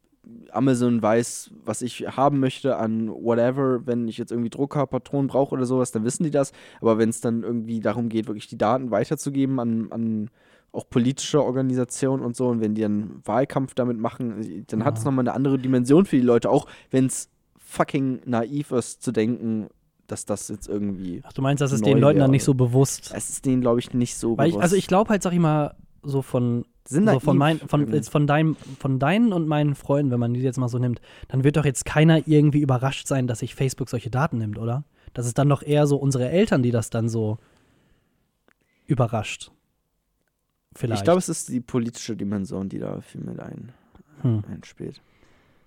Speaker 1: Amazon weiß, was ich haben möchte an whatever, wenn ich jetzt irgendwie Druckerpatronen brauche oder sowas, dann wissen die das. Aber wenn es dann irgendwie darum geht, wirklich die Daten weiterzugeben an, an auch politische Organisationen und so, und wenn die dann Wahlkampf damit machen, dann hat es
Speaker 2: Ja.
Speaker 1: nochmal eine andere Dimension für die Leute, auch wenn es fucking naiv ist zu denken, dass das jetzt irgendwie.
Speaker 2: ach du meinst, das ist
Speaker 1: Neu
Speaker 2: den Leuten
Speaker 1: wäre.
Speaker 2: dann nicht so bewusst.
Speaker 1: Es ist denen, glaube ich, nicht so
Speaker 2: Weil ich,
Speaker 1: bewusst.
Speaker 2: also ich glaube halt, sag ich mal, so von
Speaker 1: Sind
Speaker 2: so Also von, mein,
Speaker 1: naiv
Speaker 2: von,
Speaker 1: irgendwie.
Speaker 2: jetzt von, deinem, von deinen und meinen Freunden, wenn man die jetzt mal so nimmt, dann wird doch jetzt keiner irgendwie überrascht sein, dass sich Facebook solche Daten nimmt, oder? Das ist dann doch eher so unsere Eltern, die das dann so überrascht. Vielleicht.
Speaker 1: Ich glaube, es ist die politische Dimension, die da viel mit ein,
Speaker 2: Hm.
Speaker 1: einspielt.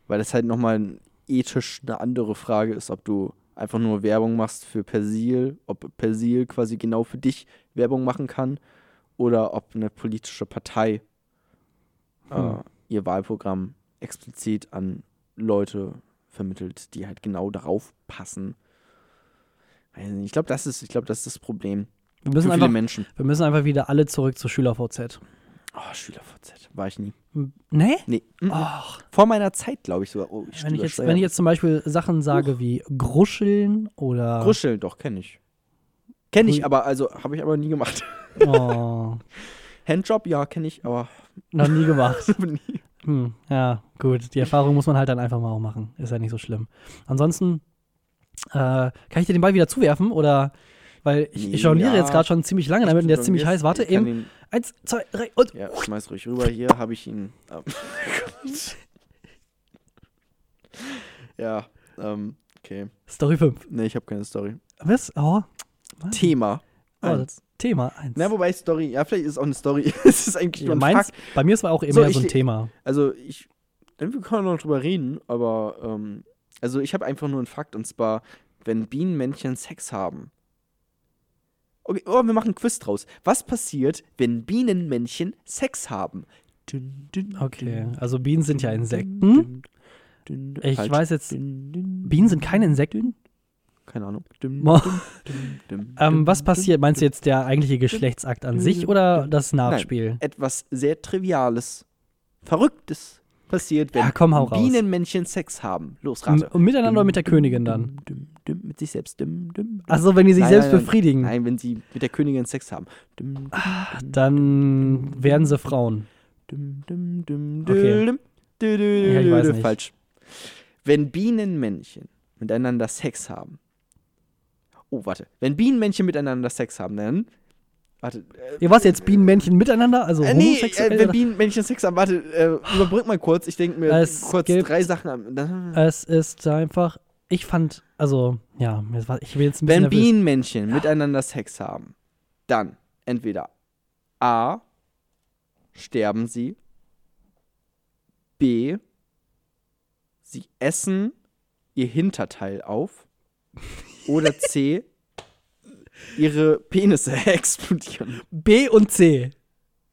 Speaker 1: Weil das halt nochmal ethisch eine andere Frage ist, ob du einfach nur Werbung machst für Persil, ob Persil quasi genau für dich Werbung machen kann oder ob eine politische Partei äh,
Speaker 2: Hm.
Speaker 1: ihr Wahlprogramm explizit an Leute vermittelt, die halt genau darauf passen. Weiß nicht, Ich glaube, das ist, ich glaube, das ist das Problem.
Speaker 2: wir,
Speaker 1: Für
Speaker 2: müssen
Speaker 1: viele
Speaker 2: einfach,
Speaker 1: Menschen.
Speaker 2: wir müssen einfach wieder alle zurück zu SchülerVZ.
Speaker 1: Oh, SchülerVZ. War ich nie.
Speaker 2: M- Nee?
Speaker 1: Nee. Ah,
Speaker 2: Och,
Speaker 1: Vor meiner Zeit, glaube ich sogar. Oh, ich
Speaker 2: Mhm. wenn, ich jetzt,
Speaker 1: übersteuere.
Speaker 2: wenn ich jetzt zum Beispiel Sachen sage wie Gruscheln oder.
Speaker 1: Gruscheln, Ah. doch, kenne ich. Kenne ich,
Speaker 2: Hm.
Speaker 1: aber, also, habe ich aber nie gemacht.
Speaker 2: Oh,
Speaker 1: Handjob, ja, kenne ich, aber
Speaker 2: noch nie gemacht.
Speaker 1: nie.
Speaker 2: Hm, ja, gut. Die Erfahrung muss man halt dann einfach mal auch machen. Ist ja nicht so schlimm. Ansonsten, äh, kann ich dir den Ball wieder zuwerfen? Oder, weil ich, ich jongliere
Speaker 1: Ja.
Speaker 2: jetzt gerade schon ziemlich lange damit und der ist ziemlich heiß. Warte,
Speaker 1: Ich kann
Speaker 2: eben.
Speaker 1: Ihn,
Speaker 2: Eins, zwei, drei und.
Speaker 1: ja, schmeiß ruhig rüber. Hier habe ich ihn. Ähm, ja, ähm, okay.
Speaker 2: Story 5.
Speaker 1: Nee, ich habe keine Story.
Speaker 2: Was? Oh,
Speaker 1: Thema.
Speaker 2: Oh,
Speaker 1: eins.
Speaker 2: Thema 1.
Speaker 1: Na, wobei Story, ja, vielleicht ist es auch eine Story. es ist eigentlich nur
Speaker 2: ja,
Speaker 1: ein
Speaker 2: meins,
Speaker 1: Fakt.
Speaker 2: bei mir ist war auch eher
Speaker 1: So,
Speaker 2: mehr so
Speaker 1: ich-
Speaker 2: ein Thema.
Speaker 1: Also ich, wir können noch drüber reden, aber ähm, also ich habe einfach nur einen Fakt und zwar, wenn Bienenmännchen Sex haben. Okay, oh, wir machen einen Quiz draus. Was passiert, wenn Bienenmännchen Sex haben? Dün, dün,
Speaker 2: Okay,
Speaker 1: dün,
Speaker 2: also Bienen sind ja
Speaker 1: dün,
Speaker 2: Insekten.
Speaker 1: dün, dün.
Speaker 2: Ich
Speaker 1: Falsch.
Speaker 2: weiß jetzt,
Speaker 1: Dün, dün,
Speaker 2: Bienen sind keine Insekten.
Speaker 1: Keine Ahnung. Dün,
Speaker 2: Boah.
Speaker 1: dün, dün, dün,
Speaker 2: Ähm, was
Speaker 1: dün,
Speaker 2: passiert?
Speaker 1: dün,
Speaker 2: Meinst du
Speaker 1: dün.
Speaker 2: jetzt der eigentliche Geschlechtsakt an sich oder das Nachspiel?
Speaker 1: Etwas sehr Triviales, Verrücktes passiert, wenn
Speaker 2: Ja, Ah, komm, hau raus.
Speaker 1: Bienenmännchen Sex haben. Los,
Speaker 2: M-
Speaker 1: rate.
Speaker 2: Und miteinander oder mit der
Speaker 1: Düm,
Speaker 2: Königin
Speaker 1: düm,
Speaker 2: dann?
Speaker 1: düm, düm, mit sich selbst. Düm, düm, düm.
Speaker 2: Also wenn die sich
Speaker 1: Nein,
Speaker 2: selbst
Speaker 1: nein, nein.
Speaker 2: befriedigen.
Speaker 1: Nein, wenn sie mit der Königin Sex haben. Düm,
Speaker 2: Dann werden sie Frauen.
Speaker 1: düm, düm, düm, düm,
Speaker 2: Okay.
Speaker 1: düm, dü, dü,
Speaker 2: Ja, ich
Speaker 1: dü,
Speaker 2: weiß
Speaker 1: dü.
Speaker 2: nicht.
Speaker 1: Falsch. Wenn Bienenmännchen miteinander Sex haben. Oh, warte. Wenn Bienenmännchen miteinander Sex haben, dann. Warte. Äh,
Speaker 2: Ihr was jetzt Bienenmännchen miteinander? Also
Speaker 1: äh, nee,
Speaker 2: homosexuell?
Speaker 1: äh, wenn
Speaker 2: oder?
Speaker 1: Bienenmännchen Sex haben, warte, äh, überbrück mal kurz. Ich denke mir
Speaker 2: Es
Speaker 1: kurz
Speaker 2: gibt-
Speaker 1: drei Sachen an. Dann,
Speaker 2: es ist einfach. Ich fand, also ja, jetzt war- ich bin jetzt ein bisschen
Speaker 1: Wenn
Speaker 2: nervös.
Speaker 1: Bienenmännchen miteinander Sex haben, dann entweder A. Sterben sie. B. Sie essen ihr Hinterteil auf. Oder C. ihre Penisse explodieren.
Speaker 2: B und C.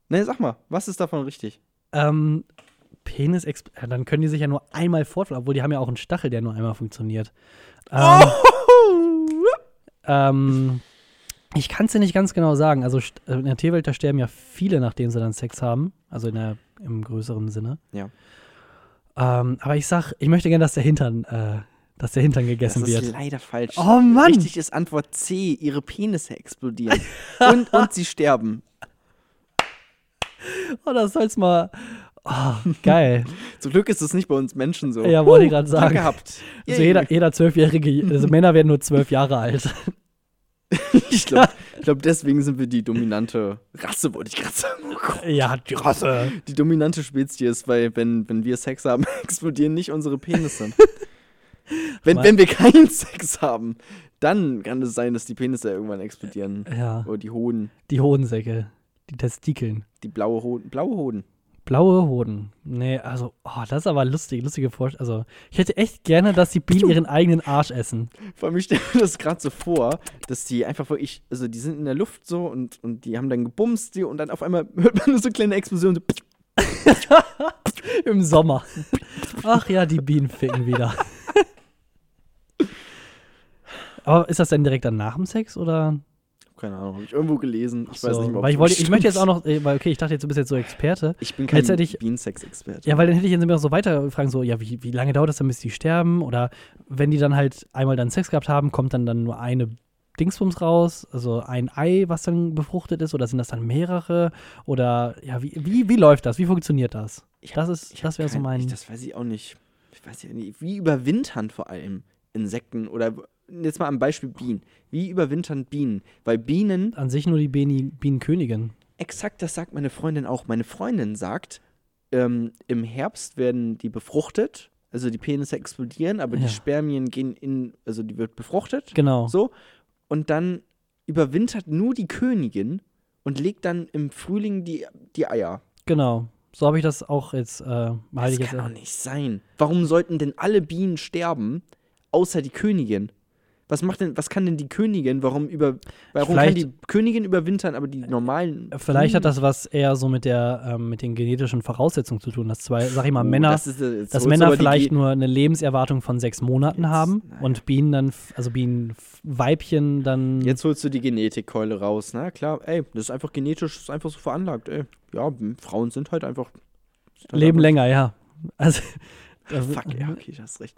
Speaker 1: Ne, sag mal, was ist davon richtig?
Speaker 2: Ähm, Penis, ja, dann können die sich ja nur einmal fortpflanzen, obwohl die haben ja auch einen Stachel, der nur einmal funktioniert. Ähm,
Speaker 1: Oh!
Speaker 2: ähm, ich kann es dir nicht ganz genau sagen. Also st- in der Tierwelt, da sterben ja viele, nachdem sie dann Sex haben. Also in der, im größeren Sinne.
Speaker 1: Ja.
Speaker 2: Ähm, aber ich sag, ich möchte gerne, dass der Hintern, äh, dass der Hintern gegessen
Speaker 1: das ist
Speaker 2: wird.
Speaker 1: leider falsch.
Speaker 2: Oh Mann!
Speaker 1: Richtig ist Antwort C, ihre Penisse explodieren. und, und sie sterben.
Speaker 2: Oh, das soll's mal. Oh, geil.
Speaker 1: Zum Glück ist es nicht bei uns Menschen so.
Speaker 2: Ja, wollte ich gerade
Speaker 1: Glück
Speaker 2: sagen.
Speaker 1: gehabt.
Speaker 2: Also
Speaker 1: Yay.
Speaker 2: jeder, jeder zwölfjährige, also Männer werden nur zwölf Jahre alt.
Speaker 1: ich glaube, glaub, deswegen sind wir die dominante Rasse, wollte ich gerade sagen. Oh Gott.
Speaker 2: ja, die Rasse.
Speaker 1: Die dominante Spezies, weil wenn, wenn wir Sex haben, explodieren nicht unsere Penisse. wenn,
Speaker 2: Mann.
Speaker 1: wenn wir keinen Sex haben, dann kann es sein, dass die Penisse irgendwann explodieren.
Speaker 2: Ja,
Speaker 1: Oder die Hoden,
Speaker 2: die Hodensäcke, die Testikeln.
Speaker 1: die blaue Hoden, blaue Hoden.
Speaker 2: Blaue Hoden. Nee, also, oh, das ist aber lustig, lustige Vorstellung. Also, ich hätte echt gerne, dass die Bienen ihren eigenen Arsch essen.
Speaker 1: Vor allem, ich stelle mir das gerade so vor, dass die einfach wirklich, also die sind in der Luft so und, und die haben dann gebumst die, und dann auf einmal hört man nur so kleine Explosionen. So,
Speaker 2: Im Sommer. Ach ja, die Bienen ficken wieder. aber ist das denn direkt dann nach dem Sex oder?
Speaker 1: keine Ahnung, habe ich irgendwo gelesen. Ich weiß
Speaker 2: so?
Speaker 1: nicht mehr, ob
Speaker 2: weil ich,
Speaker 1: es
Speaker 2: wollte, ich möchte jetzt
Speaker 1: stimmt.
Speaker 2: auch noch, äh, weil okay, ich dachte jetzt, du bist jetzt so Experte.
Speaker 1: Ich bin kein
Speaker 2: Letztendlich-
Speaker 1: Bienensex-Experte.
Speaker 2: Ja, weil dann hätte ich jetzt immer noch so weiter fragen, so, ja, wie, wie lange dauert das dann, bis die sterben? Oder wenn die dann halt einmal dann Sex gehabt haben, kommt dann dann nur eine Dingsbums raus, also ein Ei, was dann befruchtet ist, oder sind das dann mehrere? Oder ja, wie, wie, wie läuft das? Wie funktioniert das?
Speaker 1: Ich hab-
Speaker 2: Das ist, das wäre so
Speaker 1: Kein- Ich,
Speaker 2: mein.
Speaker 1: das weiß ich auch nicht. Ich weiß ja nicht. Wie überwintern vor allem Insekten oder jetzt mal am Beispiel Bienen. Wie überwintern Bienen? Weil Bienen,
Speaker 2: An sich nur die Bieni, Bienenkönigin.
Speaker 1: exakt das sagt meine Freundin auch. Meine Freundin sagt, ähm, im Herbst werden die befruchtet, also die Penisse explodieren, aber
Speaker 2: Ja.
Speaker 1: die Spermien gehen in, also die wird befruchtet.
Speaker 2: Genau.
Speaker 1: So. Und dann überwintert nur die Königin und legt dann im Frühling die, die Eier.
Speaker 2: Genau. So habe ich das auch jetzt. Äh, halte
Speaker 1: Das
Speaker 2: ich jetzt
Speaker 1: kann doch nicht sein. Warum sollten denn alle Bienen sterben, außer die Königin? Was macht denn, was kann denn die Königin? Warum über, warum kann
Speaker 2: Vielleicht- Äh,
Speaker 1: die Königin überwintern, aber die normalen?
Speaker 2: Vielleicht hat
Speaker 1: Bienen-
Speaker 2: das was eher so mit der, ähm, mit den genetischen Voraussetzungen zu tun, dass zwei, sag ich mal,
Speaker 1: Oh,
Speaker 2: Männer.
Speaker 1: das ist, äh, jetzt holst
Speaker 2: dass
Speaker 1: du
Speaker 2: Männer
Speaker 1: aber die
Speaker 2: vielleicht
Speaker 1: Ge-
Speaker 2: nur eine Lebenserwartung von sechs Monaten
Speaker 1: Jetzt,
Speaker 2: haben
Speaker 1: naja.
Speaker 2: und Bienen dann, f- also Bienenweibchen dann.
Speaker 1: Jetzt holst du die Genetikkeule raus, na klar. Ey, das ist einfach genetisch, das ist einfach so veranlagt. Ey, ja, m, Frauen sind halt einfach sind halt
Speaker 2: leben
Speaker 1: einfach-
Speaker 2: länger, ja. Also, also-
Speaker 1: Fuck, ja, okay, das ist recht.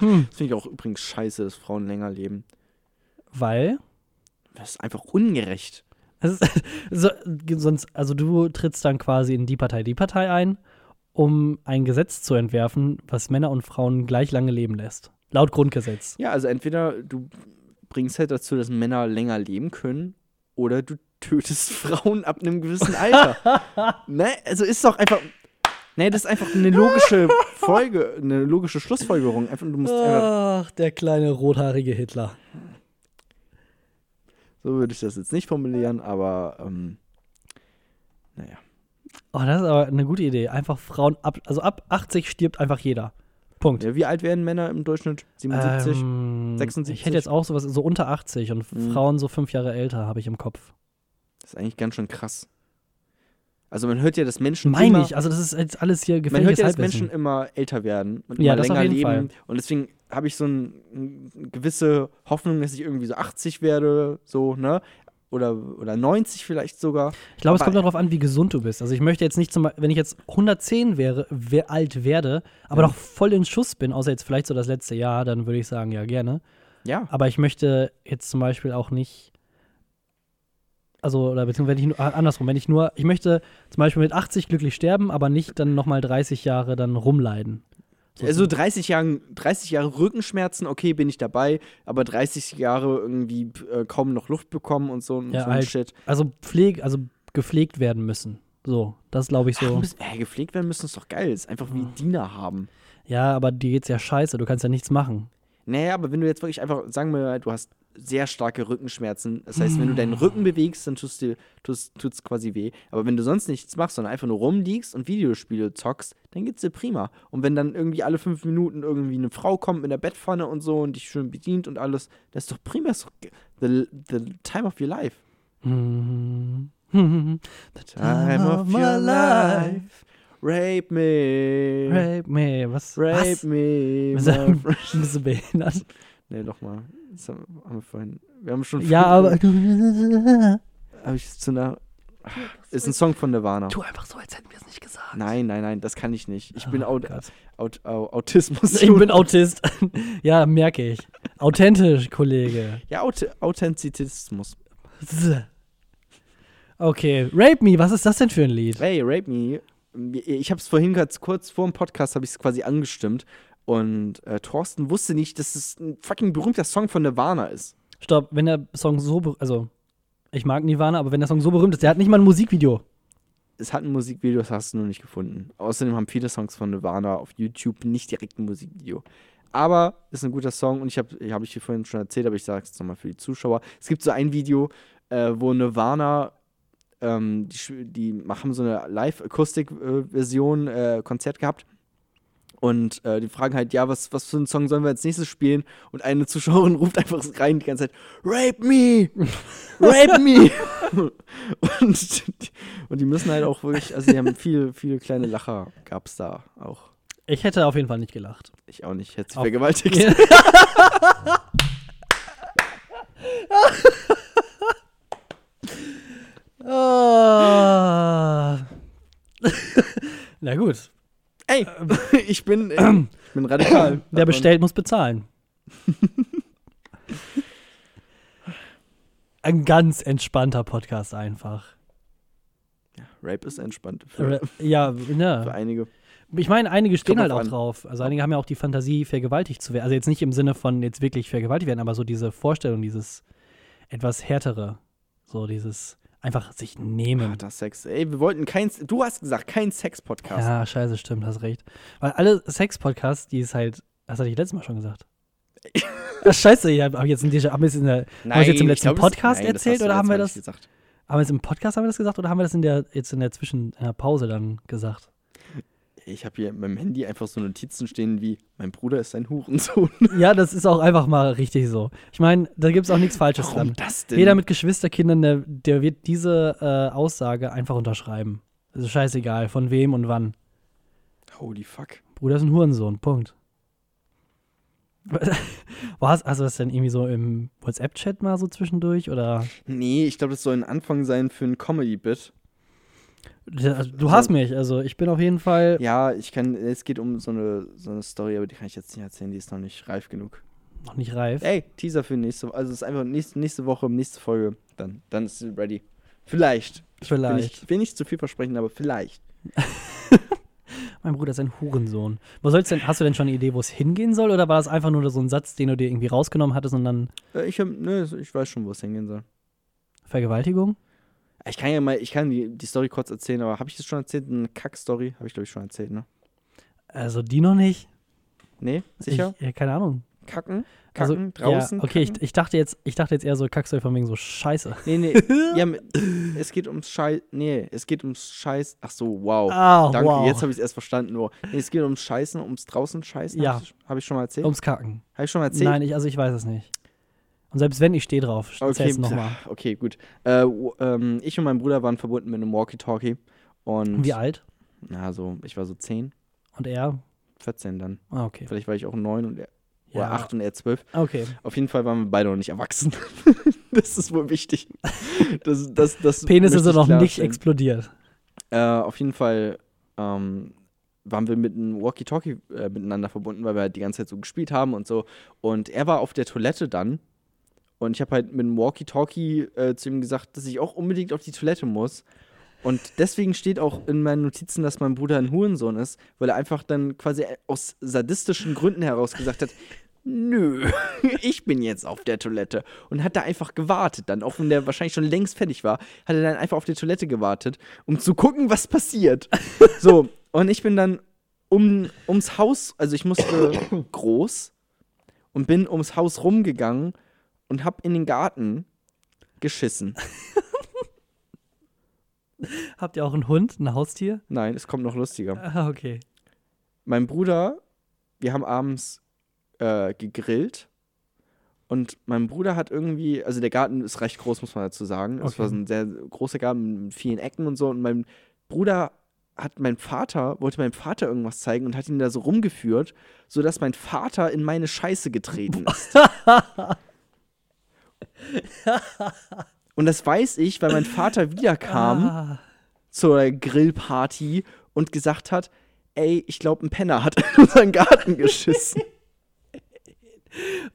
Speaker 2: Hm,
Speaker 1: Das finde ich auch übrigens scheiße, dass Frauen länger leben.
Speaker 2: weil
Speaker 1: Das ist einfach ungerecht.
Speaker 2: es ist, so, sonst, also du trittst dann quasi in die Partei, die Partei ein, um ein Gesetz zu entwerfen, was Männer und Frauen gleich lange leben lässt. Laut Grundgesetz.
Speaker 1: Ja, also entweder du bringst halt dazu, dass Männer länger leben können, oder du tötest Frauen ab einem gewissen Alter. ne? Also ist doch einfach. Ne, das ist einfach eine logische Folge, eine logische Schlussfolgerung. Einfach, du musst einfach,
Speaker 2: Ach, der kleine rothaarige Hitler.
Speaker 1: so würde ich das jetzt nicht formulieren, aber ähm, naja.
Speaker 2: Oh, das ist aber eine gute Idee. Einfach Frauen ab, also ab 80 stirbt einfach jeder. Punkt.
Speaker 1: Ja, wie alt werden Männer im Durchschnitt? 77?
Speaker 2: Ähm,
Speaker 1: 76?
Speaker 2: Ich hätte jetzt auch sowas, so unter 80 und
Speaker 1: Mhm.
Speaker 2: Frauen so fünf Jahre älter, habe ich im Kopf.
Speaker 1: Das ist eigentlich ganz schön krass. Also man hört ja, dass Menschen
Speaker 2: Meine
Speaker 1: immer,
Speaker 2: ich, also das ist jetzt alles hier
Speaker 1: Man hört
Speaker 2: gefährliches
Speaker 1: ja, dass
Speaker 2: Halbwissen.
Speaker 1: Menschen immer älter werden und
Speaker 2: Ja,
Speaker 1: immer
Speaker 2: das auf
Speaker 1: länger
Speaker 2: jeden
Speaker 1: leben.
Speaker 2: Fall.
Speaker 1: Und deswegen habe ich so ein, eine gewisse Hoffnung, dass ich irgendwie so 80 werde, so, ne? Oder, oder 90 vielleicht sogar.
Speaker 2: ich glaube, es
Speaker 1: aber-
Speaker 2: kommt darauf an, wie gesund du bist. Also ich möchte jetzt nicht zum Beispiel, wenn ich jetzt 110 wäre, wer alt werde, aber
Speaker 1: Ja.
Speaker 2: noch voll in Schuss bin, außer jetzt vielleicht so das letzte Jahr, dann würde ich sagen, ja, gerne.
Speaker 1: Ja.
Speaker 2: Aber ich möchte jetzt zum Beispiel auch nicht. Also, oder beziehungsweise wenn ich, nur- andersrum, wenn ich nur, ich möchte zum Beispiel mit 80 glücklich sterben, aber nicht dann nochmal 30 Jahre dann rumleiden. So
Speaker 1: Also 30 Jahre, 30 Jahre Rückenschmerzen, okay, bin ich dabei, aber 30 Jahre irgendwie äh, kaum noch Luft bekommen und so, und
Speaker 2: Ja,
Speaker 1: so ein
Speaker 2: alt.
Speaker 1: Shit.
Speaker 2: Also pfleg, also gepflegt werden müssen. So, das glaube ich
Speaker 1: Ach,
Speaker 2: so.
Speaker 1: müssen, hä, gepflegt werden müssen ist doch geil. Ist einfach wie Diener haben.
Speaker 2: Ja, aber dir geht's ja scheiße, du kannst ja nichts machen.
Speaker 1: Naja, aber wenn du jetzt wirklich einfach, sagen wir mal, du hast sehr starke Rückenschmerzen. Das heißt, wenn du deinen
Speaker 2: Mm.
Speaker 1: Rücken bewegst, dann tust du tust, tut's quasi weh. Aber wenn du sonst nichts machst, sondern einfach nur rumliegst und Videospiele zockst, dann geht's dir prima. Und wenn dann irgendwie alle fünf Minuten irgendwie eine Frau kommt mit der Bettpfanne und so und dich schön bedient und alles, das ist doch prima. Das ist doch ge- the, the time of your life.
Speaker 2: The
Speaker 1: Time of your life. Rape me.
Speaker 2: Rape me. Was?
Speaker 1: Rape
Speaker 2: was?
Speaker 1: me.
Speaker 2: Was?
Speaker 1: my friend.
Speaker 2: Bist du behindert?
Speaker 1: nee, doch mal. Das haben haben wir vorhin. Wir haben schon.
Speaker 2: Ja, aber du,
Speaker 1: Habe ich zu nah. Ist ein Song von Nirvana.
Speaker 2: tu einfach so, als hätten wir es nicht gesagt.
Speaker 1: Nein, nein, nein, das kann ich nicht. Ich bin
Speaker 2: Oh
Speaker 1: Au
Speaker 2: Gott.
Speaker 1: Aut Au Autismus.
Speaker 2: Ich bin Autist. ja, merke ich. Authentisch, Kollege.
Speaker 1: ja, Aut Authentizismus.
Speaker 2: Z. Okay, Rape Me, was ist das denn für ein Lied?
Speaker 1: Hey, Rape Me. Ich habe es vorhin ganz kurz vor dem Podcast habe ich es quasi angestimmt und äh, Thorsten wusste nicht, dass es ein fucking berühmter Song von Nirvana ist.
Speaker 2: Stopp, wenn der Song so, ber- also ich mag Nirvana, aber wenn der Song so berühmt ist, der hat nicht mal ein Musikvideo.
Speaker 1: Es hat ein Musikvideo, das hast du nur nicht gefunden. Außerdem haben viele Songs von Nirvana auf YouTube nicht direkt ein Musikvideo. Aber ist ein guter Song und ich habe hab ich dir vorhin schon erzählt, aber ich sage es nochmal für die Zuschauer. Es gibt so ein Video, äh, wo Nirvana, ähm, die, sch- die machen so eine Live-Akustik-Version, äh, Konzert gehabt. Und äh, die fragen halt, ja, was, was für einen Song sollen wir als nächstes spielen? Und eine Zuschauerin ruft einfach rein die ganze Zeit, Rape me! Rape me! und, und die müssen halt auch wirklich, also die haben viele, viele kleine Lacher, gab es da auch.
Speaker 2: Ich hätte auf jeden Fall nicht gelacht.
Speaker 1: Ich auch nicht, hätte sie
Speaker 2: Auf-
Speaker 1: vergewaltigt.
Speaker 2: Ah. Na gut,
Speaker 1: Ey, ich bin, äh, ich bin radikal.
Speaker 2: wer bestellt, muss bezahlen. Ein ganz entspannter Podcast einfach.
Speaker 1: Rape ist entspannt für,
Speaker 2: Ra- Ja,
Speaker 1: für
Speaker 2: ne.
Speaker 1: einige.
Speaker 2: Ich meine, einige stehen
Speaker 1: Kommt
Speaker 2: halt
Speaker 1: drauf
Speaker 2: auch
Speaker 1: an.
Speaker 2: drauf. Also einige haben ja auch die Fantasie, vergewaltigt zu werden. Also jetzt nicht im Sinne von jetzt wirklich vergewaltigt werden, aber so diese Vorstellung, dieses etwas härtere. So dieses einfach sich nehmen.
Speaker 1: Harter Ah, Sex. Ey, wir wollten kein, du hast gesagt, kein Sex-Podcast.
Speaker 2: Ja, scheiße, stimmt, hast recht. Weil alle Sex-Podcasts, die ist halt, das hatte ich letztes Mal schon gesagt. Ach, scheiße, ich habe hab jetzt, ein Déjà- haben wir jetzt in der, haben wir es jetzt im
Speaker 1: ich
Speaker 2: letzten
Speaker 1: glaub, das-
Speaker 2: Podcast
Speaker 1: nein, das hast
Speaker 2: erzählt
Speaker 1: du
Speaker 2: oder haben wir das,
Speaker 1: letztes Mal nicht
Speaker 2: haben wir jetzt im Podcast haben wir das gesagt oder haben wir das in der, jetzt in der Zwischen, in der Pause dann gesagt?
Speaker 1: gesagt? Ich habe hier in meinem Handy einfach so Notizen stehen wie, mein Bruder ist ein Hurensohn.
Speaker 2: ja, das ist auch einfach mal richtig so. Ich meine, da gibt es auch nichts Falsches dran.
Speaker 1: das
Speaker 2: Jeder mit Geschwisterkindern, der, der wird diese äh, Aussage einfach unterschreiben. Also scheißegal, von wem und wann.
Speaker 1: Holy fuck.
Speaker 2: Bruder ist ein Hurensohn, Punkt. Was? Hast du das denn irgendwie so im WhatsApp-Chat mal so zwischendurch? Oder
Speaker 1: Nee, ich glaube, das soll ein Anfang sein für ein Comedy-Bit.
Speaker 2: du hast mich, also ich bin auf jeden Fall.
Speaker 1: Ja, ich kann, es geht um so eine, so eine Story, aber die kann ich jetzt nicht erzählen, die ist noch nicht reif genug.
Speaker 2: noch nicht reif.
Speaker 1: Ey, Teaser für nächste Woche. Also es ist einfach nächste, nächste Woche, nächste Folge. Dann, dann ist sie ready. Vielleicht. Will
Speaker 2: Vielleicht.
Speaker 1: nicht, will nicht zu viel versprechen, aber vielleicht.
Speaker 2: Mein Bruder ist ein Hurensohn. Wo soll's denn, hast du denn schon eine Idee, wo es hingehen soll? Oder war das einfach nur so ein Satz, den du dir irgendwie rausgenommen hattest und dann
Speaker 1: Äh, Ich, hab, nö, ich weiß schon, wo es hingehen soll. Äh,
Speaker 2: Vergewaltigung?
Speaker 1: Ich kann ja mal, ich kann die, die Story kurz erzählen, aber habe ich das schon erzählt? Eine Kack-Story? Habe ich, glaube ich, schon erzählt, ne?
Speaker 2: Also die noch nicht.
Speaker 1: Nee? Sicher?
Speaker 2: Ich, ja, keine Ahnung.
Speaker 1: Kacken?
Speaker 2: Also,
Speaker 1: Kacken? draußen?
Speaker 2: Ja, okay,
Speaker 1: kacken? Oh,
Speaker 2: ich, ich, dachte jetzt, ich dachte jetzt eher so Kacksäu von wegen so Scheiße.
Speaker 1: Nee, nee. ja, mit- es geht ums Scheiß. Nee, es geht ums Scheiß. Ach so, wow.
Speaker 2: Ah,
Speaker 1: Danke,
Speaker 2: wow.
Speaker 1: jetzt habe ich es erst verstanden. Wow. Nee, es geht ums Scheißen, ums draußen Scheißen.
Speaker 2: Ja.
Speaker 1: Habe ich, hab ich schon mal erzählt?
Speaker 2: Ums Kacken.
Speaker 1: Habe ich schon mal erzählt?
Speaker 2: Nein, ich, also ich weiß es nicht. Und selbst wenn, ich stehe drauf. Okay,
Speaker 1: Okay,
Speaker 2: es nochmal.
Speaker 1: pf, okay gut. Äh, w- ähm, ich und mein Bruder waren verbunden mit einem Walkie-Talkie. Und
Speaker 2: Wie alt?
Speaker 1: na, so, ich war so 10,
Speaker 2: Und er?
Speaker 1: 14 dann.
Speaker 2: Ah, okay.
Speaker 1: Vielleicht war ich auch 9 und er,
Speaker 2: Ja.
Speaker 1: oder 8 und er 12.
Speaker 2: Okay.
Speaker 1: Auf jeden Fall waren wir beide noch nicht erwachsen. das ist wohl wichtig. Das, das, das
Speaker 2: Penisse
Speaker 1: möchte
Speaker 2: sind
Speaker 1: ich
Speaker 2: noch nicht
Speaker 1: klarstellen.
Speaker 2: explodiert.
Speaker 1: Äh, auf jeden Fall ähm, waren wir mit einem Walkie-Talkie äh, miteinander verbunden, weil wir halt die ganze Zeit so gespielt haben und so. Und er war auf der Toilette dann. Und ich habe halt mit einem Walkie-Talkie äh, zu ihm gesagt, dass ich auch unbedingt auf die Toilette muss. Und deswegen steht auch in meinen Notizen, dass mein Bruder ein Hurensohn ist, weil er einfach dann quasi aus sadistischen Gründen heraus gesagt hat, nö, ich bin jetzt auf der Toilette. Und hat da einfach gewartet dann, auch wenn der wahrscheinlich schon längst fertig war, hat er dann einfach auf der Toilette gewartet, um zu gucken, was passiert. So, und ich bin dann um, ums Haus, also ich musste groß und bin ums Haus rumgegangen und hab in den Garten geschissen.
Speaker 2: Habt ihr auch einen Hund, ein Haustier?
Speaker 1: Nein, es kommt noch lustiger.
Speaker 2: Ah, okay.
Speaker 1: mein Bruder, wir haben abends äh, gegrillt und mein Bruder hat irgendwie, also der Garten ist recht groß, muss man dazu sagen. Es
Speaker 2: Okay.
Speaker 1: war so ein sehr großer Garten mit vielen Ecken und so. Und mein Bruder hat mein Vater, wollte meinem Vater irgendwas zeigen und hat ihn da so rumgeführt, sodass mein Vater in meine Scheiße getreten ist. und das weiß ich, weil mein Vater wiederkam
Speaker 2: Ah,
Speaker 1: zur Grillparty und gesagt hat, ey, ich glaube, ein Penner hat in unseren Garten geschissen.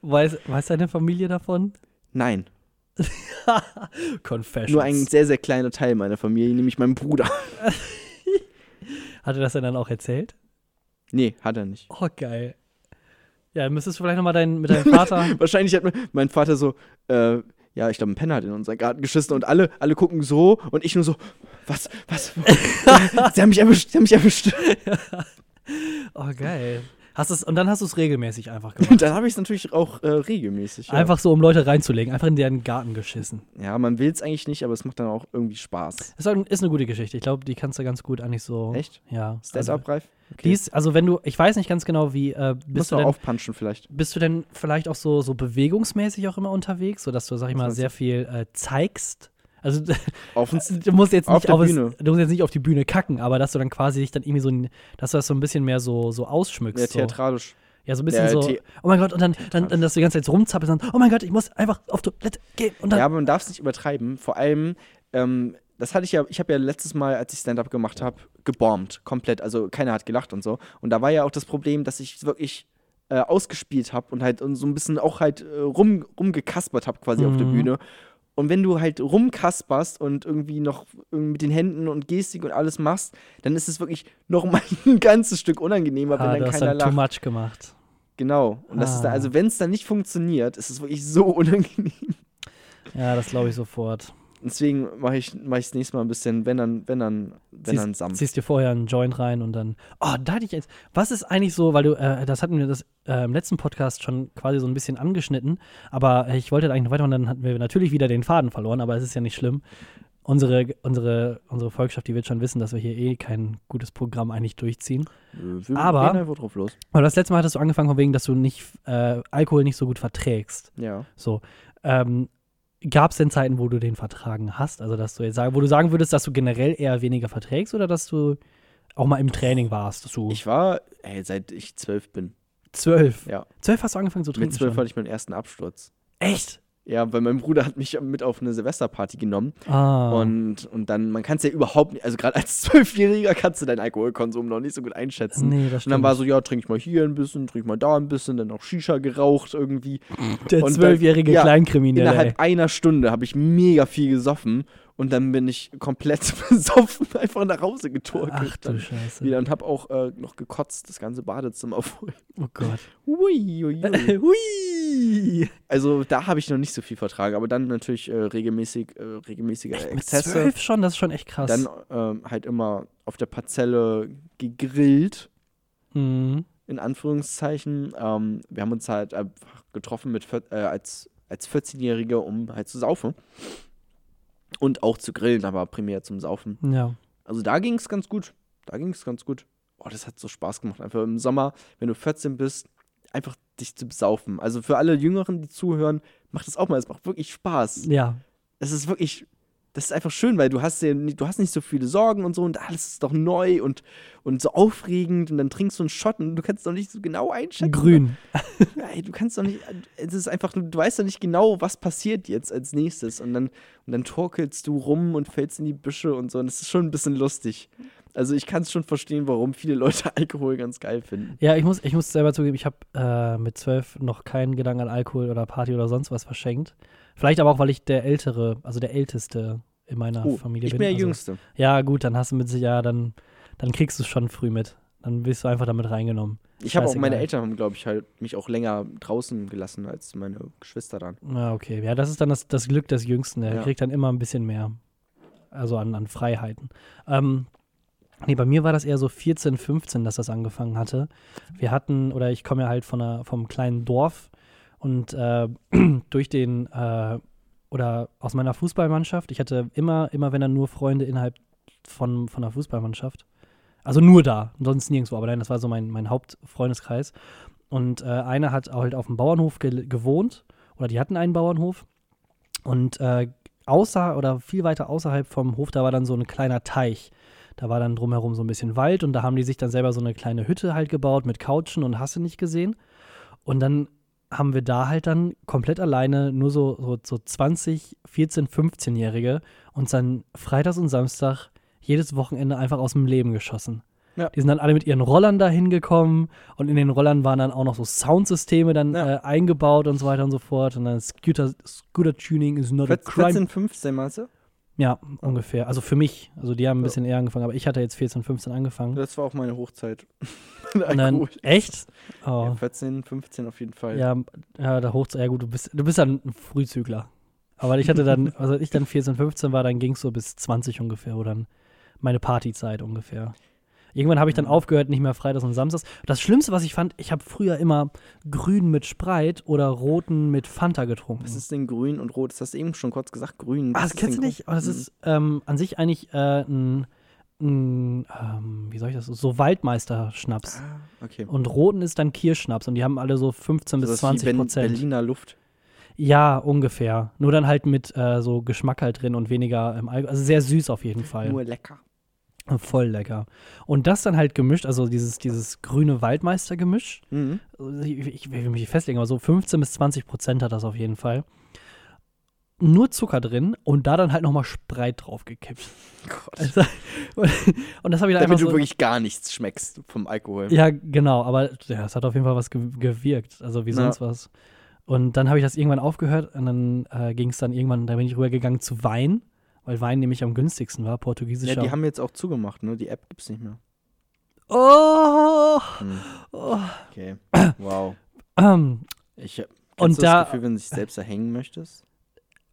Speaker 2: weiß, weiß deine Familie davon?
Speaker 1: Nein,
Speaker 2: Confessions.
Speaker 1: nur ein sehr, sehr kleiner Teil meiner Familie, nämlich mein Bruder.
Speaker 2: Hat er das denn dann auch erzählt?
Speaker 1: Nee, hat er nicht.
Speaker 2: Oh, geil. Ja, dann müsstest du vielleicht nochmal dein, mit deinem Vater.
Speaker 1: Wahrscheinlich hat mein- mein Vater so, äh, ja, ich glaube, ein Penner hat in unseren Garten geschissen und alle, alle gucken so und ich nur so, was, was? sie haben mich erwischt, sie haben mich erwischt.
Speaker 2: Oh, geil. Hast es, und dann hast du es regelmäßig einfach gemacht.
Speaker 1: Dann habe ich es natürlich auch äh, regelmäßig. Ja.
Speaker 2: Einfach so, um Leute reinzulegen. Einfach in deren Garten geschissen.
Speaker 1: ja, man will es eigentlich nicht, aber es macht dann auch irgendwie Spaß.
Speaker 2: Ist, auch- ist eine gute Geschichte. Ich glaube, die kannst du ganz gut eigentlich so.
Speaker 1: Echt?
Speaker 2: Ja. also,
Speaker 1: Stand-up, Ralf? Okay.
Speaker 2: die ist, also wenn du, ich weiß nicht ganz genau, wie äh, bist
Speaker 1: Musst
Speaker 2: du
Speaker 1: du
Speaker 2: denn,
Speaker 1: aufpunchen vielleicht.
Speaker 2: bist du denn vielleicht auch so, so bewegungsmäßig auch immer unterwegs, sodass du, sag ich
Speaker 1: Was
Speaker 2: mal,
Speaker 1: meinst
Speaker 2: sehr viel äh, zeigst? Also
Speaker 1: Auf uns
Speaker 2: du musst jetzt
Speaker 1: Auf
Speaker 2: nicht
Speaker 1: der
Speaker 2: auf, es-
Speaker 1: Bühne.
Speaker 2: du musst jetzt nicht auf die Bühne kacken, aber dass du dann quasi dich dann irgendwie so, ein- dass du das so ein bisschen mehr so so
Speaker 1: ja,
Speaker 2: ausschmückst. so.
Speaker 1: theatralisch.
Speaker 2: Ja, so ein bisschen
Speaker 1: Ja,
Speaker 2: so.
Speaker 1: The-
Speaker 2: Oh mein Gott, und dann, dann, dann dass du die ganze Zeit so rumzappelst und dann, oh mein Gott, ich muss einfach auf Toilette gehen und dann.
Speaker 1: Ja, aber man darf es nicht übertreiben. Vor allem, ähm, das hatte ich ja, ich habe ja letztes Mal, als ich Stand-up gemacht habe, gebombt, komplett. Also keiner hat gelacht und so. Und da war ja auch das Problem, dass ich wirklich äh, ausgespielt habe und halt und so ein bisschen auch halt äh, rum, rumgekaspert habe quasi auf der
Speaker 2: Mhm.
Speaker 1: Bühne. Und wenn du halt rumkasperst und irgendwie noch irgendwie mit den Händen und Gestik und alles machst, dann ist es wirklich noch mal ein ganzes Stück unangenehmer,
Speaker 2: ah,
Speaker 1: wenn
Speaker 2: du
Speaker 1: dann
Speaker 2: hast
Speaker 1: keiner
Speaker 2: dann too
Speaker 1: lacht.
Speaker 2: much gemacht.
Speaker 1: Genau. Und das ist dann,
Speaker 2: Ah.
Speaker 1: also wenn es dann nicht funktioniert, ist es wirklich so unangenehm.
Speaker 2: Ja, das glaube ich sofort.
Speaker 1: Deswegen mache ich mach ich's nächstes Mal ein bisschen, wenn dann, wenn dann, wenn dann
Speaker 2: Ziehst,
Speaker 1: Samt.
Speaker 2: ziehst dir vorher einen Joint rein und dann. Oh, da hatte ich jetzt. Was ist eigentlich so, weil du, äh, das hatten wir das äh, im letzten Podcast schon quasi so ein bisschen angeschnitten, aber äh, ich wollte da eigentlich noch weiter und dann hatten wir natürlich wieder den Faden verloren, aber es ist ja nicht schlimm. Unsere, unsere, unsere Volkschaft, die wird schon wissen, dass wir hier eh kein gutes Programm eigentlich durchziehen.
Speaker 1: Wir
Speaker 2: Aber-
Speaker 1: gehen einfach drauf los.
Speaker 2: Aber das letzte Mal hattest du angefangen, von wegen, dass du nicht äh, Alkohol nicht so gut verträgst.
Speaker 1: Ja.
Speaker 2: So. Ähm, Gab es denn Zeiten, wo du den vertragen hast? Also, dass du jetzt sagen, wo du sagen würdest, dass du generell eher weniger verträgst oder dass du auch mal im Training warst? Dass du
Speaker 1: Ich war, ey, seit ich zwölf bin.
Speaker 2: zwölf.
Speaker 1: Ja.
Speaker 2: Zwölf hast du angefangen zu
Speaker 1: Mit
Speaker 2: trinken.
Speaker 1: zwölf
Speaker 2: Schon.
Speaker 1: hatte ich meinen ersten Absturz.
Speaker 2: Echt?
Speaker 1: Ja, weil mein Bruder hat mich mit auf eine Silvesterparty genommen.
Speaker 2: Ah.
Speaker 1: Und, und dann, man kann es ja überhaupt nicht, also gerade als Zwölfjähriger kannst du deinen Alkoholkonsum noch nicht so gut einschätzen.
Speaker 2: nee, das
Speaker 1: Und
Speaker 2: stimmt.
Speaker 1: dann war so, ja, trink ich mal hier ein bisschen, trink mal da ein bisschen, dann auch Shisha geraucht irgendwie.
Speaker 2: der
Speaker 1: und dann-
Speaker 2: zwölfjährige
Speaker 1: ja,
Speaker 2: Kleinkriminelle.
Speaker 1: Innerhalb einer Stunde habe ich mega viel gesoffen und dann bin ich komplett besoffen einfach nach Hause
Speaker 2: ey.
Speaker 1: getorkelt.
Speaker 2: Ach du
Speaker 1: Oh, Dann
Speaker 2: Scheiße.
Speaker 1: wieder und habe auch äh, noch gekotzt, das ganze Badezimmer voll.
Speaker 2: Oh Gott.
Speaker 1: Ui, ui, ui.
Speaker 2: Hui!
Speaker 1: Also da habe ich noch nicht so viel vertragen, aber dann natürlich äh, regelmäßig, äh, regelmäßige
Speaker 2: Mit
Speaker 1: Exzesse.
Speaker 2: zwölf schon, das ist schon echt krass.
Speaker 1: Dann ähm, halt immer auf der Parzelle gegrillt,
Speaker 2: mhm.
Speaker 1: in Anführungszeichen. Ähm, wir haben uns halt einfach getroffen mit, vier- äh, als, als 14-Jährige, um halt zu saufen. Und auch zu grillen, aber primär zum Saufen.
Speaker 2: Ja.
Speaker 1: Also da ging es ganz gut. Da ging es ganz gut. Oh, das hat so Spaß gemacht. Einfach im Sommer, wenn du 14 bist, einfach dich zu besaufen. Also für alle Jüngeren, die zuhören, macht das auch mal. Es macht wirklich Spaß.
Speaker 2: Ja.
Speaker 1: Es ist wirklich, das ist einfach schön, weil du hast ja, ni- du hast nicht so viele Sorgen und so und alles ist doch neu und, und so aufregend und dann trinkst du einen Shot und du kannst doch nicht so genau einschätzen.
Speaker 2: Grün.
Speaker 1: Ey, du kannst doch nicht, es ist einfach, du, du weißt doch nicht genau, was passiert jetzt als nächstes. Und dann, und dann torkelst du rum und fällst in die Büsche und so. Und es ist schon ein bisschen lustig. Also ich kann es schon verstehen, warum viele Leute Alkohol ganz geil finden.
Speaker 2: Ja, ich muss, ich muss selber zugeben, ich habe äh, mit zwölf noch keinen Gedanken an Alkohol oder Party oder sonst was verschenkt. Vielleicht aber auch, weil ich der Ältere, also der Älteste in meiner
Speaker 1: Oh,
Speaker 2: Familie
Speaker 1: ich
Speaker 2: bin.
Speaker 1: bin der
Speaker 2: also,
Speaker 1: Jüngste.
Speaker 2: Ja, gut, dann hast du mit sich, ja, dann, dann kriegst du es schon früh mit. Dann bist du einfach damit reingenommen.
Speaker 1: Ich habe auch, meine
Speaker 2: scheißegal.
Speaker 1: Eltern haben, glaube ich, halt mich auch länger draußen gelassen als meine Geschwister dann.
Speaker 2: Ja, Ah, okay. Ja, das ist dann das, das Glück des Jüngsten. Der
Speaker 1: Ja.
Speaker 2: kriegt dann immer ein bisschen mehr. Also an, an Freiheiten. Ähm, nee, bei mir war das eher so 14, 15, dass das angefangen hatte. Wir hatten, oder ich komme ja halt von einer, vom kleinen Dorf Und äh, durch den, äh, oder aus meiner Fußballmannschaft, ich hatte immer, immer wenn dann nur Freunde innerhalb von, von der Fußballmannschaft. Also nur da, sonst nirgendwo. Aber nein, das war so mein, mein Hauptfreundeskreis. Und äh, einer hat halt auf dem Bauernhof ge gewohnt, oder die hatten einen Bauernhof. Und äh, außer oder viel weiter außerhalb vom Hof, da war dann so ein kleiner Teich. Da war dann drumherum so ein bisschen Wald und da haben die sich dann selber so eine kleine Hütte halt gebaut mit Couchen und hast du nicht gesehen. Und dann haben wir da halt dann komplett alleine nur so, so, so 20, 14, 15-Jährige uns dann freitags und Samstag jedes Wochenende einfach aus dem Leben geschossen.
Speaker 1: Ja.
Speaker 2: Die sind dann alle mit ihren Rollern da hingekommen und in den Rollern waren dann auch noch so Soundsysteme dann
Speaker 1: Ja.
Speaker 2: äh, eingebaut und so weiter und so fort. Und dann Scooter, Scooter Tuning is not a
Speaker 1: 14,
Speaker 2: crime
Speaker 1: 15, meinst du?
Speaker 2: ja, ungefähr. Also für mich. Also die haben ein
Speaker 1: Ja.
Speaker 2: bisschen eher angefangen, aber ich hatte jetzt 14, 15 angefangen.
Speaker 1: Das war auch meine Hochzeit.
Speaker 2: Und dann, echt?
Speaker 1: Ja,
Speaker 2: Oh,
Speaker 1: 14, 15 auf jeden Fall.
Speaker 2: ja, ja, da hoch zu, ja gut, du bist, du bist dann ein Frühzügler. Aber ich hatte dann, also als ich dann 14, 15 war, dann ging es so bis 20 ungefähr, oder dann meine Partyzeit ungefähr. Irgendwann habe ich dann aufgehört, nicht mehr Freitags und Samstags. Das Schlimmste, was ich fand, ich habe früher immer grün mit Spreit oder roten mit Fanta getrunken.
Speaker 1: Was ist denn grün und rot? Das hast du eben schon kurz gesagt, grün.
Speaker 2: Ah,
Speaker 1: Was
Speaker 2: das
Speaker 1: ist
Speaker 2: kennst du
Speaker 1: denn
Speaker 2: nicht,
Speaker 1: grün?
Speaker 2: aber das
Speaker 1: Mhm.
Speaker 2: ist ähm, an sich eigentlich äh, ein, ein ähm, wie soll ich das, so Waldmeister-Schnaps.
Speaker 1: Ah, okay.
Speaker 2: Und roten ist dann Kirschschnaps und die haben alle so 15
Speaker 1: Das
Speaker 2: bis
Speaker 1: ist wie
Speaker 2: 20
Speaker 1: Ben-
Speaker 2: Prozent.
Speaker 1: Berliner Luft.
Speaker 2: Ja, ungefähr. Nur dann halt mit äh, so Geschmack halt drin und weniger im Alkohol. Also sehr süß auf jeden Fall.
Speaker 1: Nur lecker.
Speaker 2: Voll lecker. Und das dann halt gemischt, also dieses, dieses grüne Waldmeister-Gemisch
Speaker 1: Mhm.
Speaker 2: also ich, ich will mich nicht festlegen, aber so 15 bis 20 Prozent hat das auf jeden Fall. Nur Zucker drin und da dann halt nochmal Spreit draufgekippt.
Speaker 1: Gott.
Speaker 2: Also, und, und das habe ich dann
Speaker 1: Damit du
Speaker 2: einfach so,
Speaker 1: wirklich gar nichts schmeckst vom Alkohol.
Speaker 2: Ja, genau, aber ja, es hat auf jeden Fall was ge gewirkt, also wie
Speaker 1: Ja.
Speaker 2: sonst was. Und dann habe ich das irgendwann aufgehört und dann äh, ging es dann irgendwann, da bin ich rübergegangen zu Wein, weil Wein nämlich am günstigsten war,
Speaker 1: Ja,
Speaker 2: portugiesischer.
Speaker 1: die haben jetzt auch zugemacht, ne? Die App gibt's nicht mehr.
Speaker 2: oh,
Speaker 1: Mhm.
Speaker 2: oh.
Speaker 1: Okay. Wow.
Speaker 2: Ähm,
Speaker 1: Ich hab- kennst
Speaker 2: Und
Speaker 1: du
Speaker 2: da-
Speaker 1: das Gefühl, wenn du dich selbst erhängen möchtest?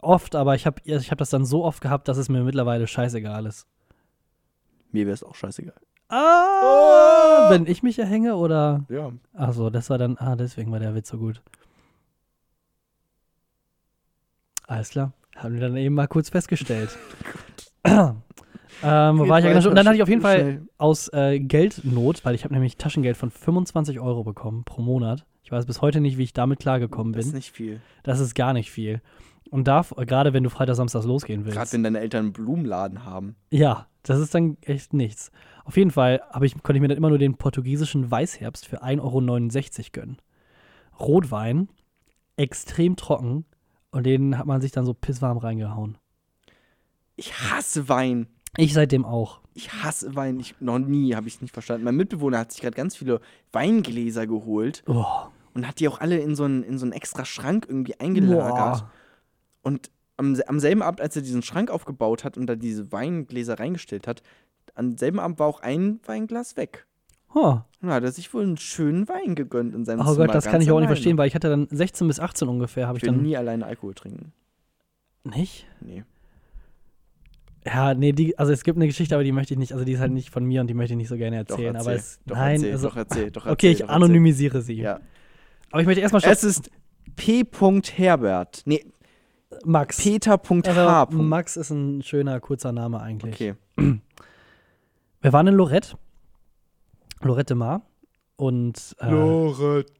Speaker 2: oft, aber ich habe ich hab das dann so oft gehabt, dass es mir mittlerweile scheißegal ist.
Speaker 1: Mir wäre es auch scheißegal. Oh.
Speaker 2: Ah, wenn ich mich erhänge oder.
Speaker 1: Ja.
Speaker 2: Achso, das war dann. Ah, deswegen war der Witz so gut. Alles klar. Haben wir dann eben mal kurz festgestellt. ähm, wo war ich ja genau schon? Und dann hatte ich auf jeden Fall aus äh, Geldnot, weil ich habe nämlich Taschengeld von 25 Euro bekommen pro Monat. Ich weiß bis heute nicht, wie ich damit klargekommen
Speaker 1: Das ist
Speaker 2: bin.
Speaker 1: nicht viel.
Speaker 2: Das ist gar nicht viel. Und da, gerade wenn du Freitag, Samstags losgehen willst.
Speaker 1: Gerade wenn deine Eltern einen Blumenladen haben.
Speaker 2: Ja, das ist dann echt nichts. Auf jeden Fall hab ich, konnte ich mir dann immer nur den portugiesischen Weißherbst für 1,69 Euro gönnen. Rotwein, extrem trocken und den hat man sich dann so pisswarm reingehauen.
Speaker 1: Ich hasse Wein.
Speaker 2: Ich seitdem auch.
Speaker 1: Ich hasse Wein. Ich, noch nie habe ich es nicht verstanden. Mein Mitbewohner hat sich gerade ganz viele Weingläser geholt
Speaker 2: Oh,
Speaker 1: und hat die auch alle in so einen, in so einen extra Schrank irgendwie eingelagert.
Speaker 2: boah.
Speaker 1: Und am, se- am selben Abend, als er diesen Schrank aufgebaut hat und da diese Weingläser reingestellt hat, am selben Abend war auch ein Weinglas weg.
Speaker 2: Huh.
Speaker 1: Na, hat er sich wohl einen schönen Wein gegönnt in seinem
Speaker 2: Oh
Speaker 1: Zimmer.
Speaker 2: Gott, das kann
Speaker 1: ganz
Speaker 2: ich auch nicht
Speaker 1: alleine.
Speaker 2: verstehen, weil ich hatte dann 16 bis 18 ungefähr, habe ich
Speaker 1: Ich will
Speaker 2: dann
Speaker 1: nie alleine Alkohol trinken.
Speaker 2: nicht.
Speaker 1: Nee.
Speaker 2: Ja, nee, die, also es gibt eine Geschichte, aber die möchte ich nicht, also die ist halt nicht von mir und die möchte ich nicht so gerne
Speaker 1: Doch,
Speaker 2: erzählen.
Speaker 1: erzähl.
Speaker 2: aber es,
Speaker 1: doch,
Speaker 2: nein,
Speaker 1: erzähl,
Speaker 2: also,
Speaker 1: doch erzähl, doch erzähl.
Speaker 2: okay, ich
Speaker 1: doch erzähl.
Speaker 2: anonymisiere sie.
Speaker 1: Ja.
Speaker 2: Aber ich möchte erstmal schon
Speaker 1: Es ist P. Herbert. Nee,
Speaker 2: Max.
Speaker 1: Peter. H.
Speaker 2: Also, Max ist ein schöner, kurzer Name eigentlich.
Speaker 1: Okay.
Speaker 2: Wir waren in Lorette. Lorette Mar. Und. Äh,
Speaker 1: Lorette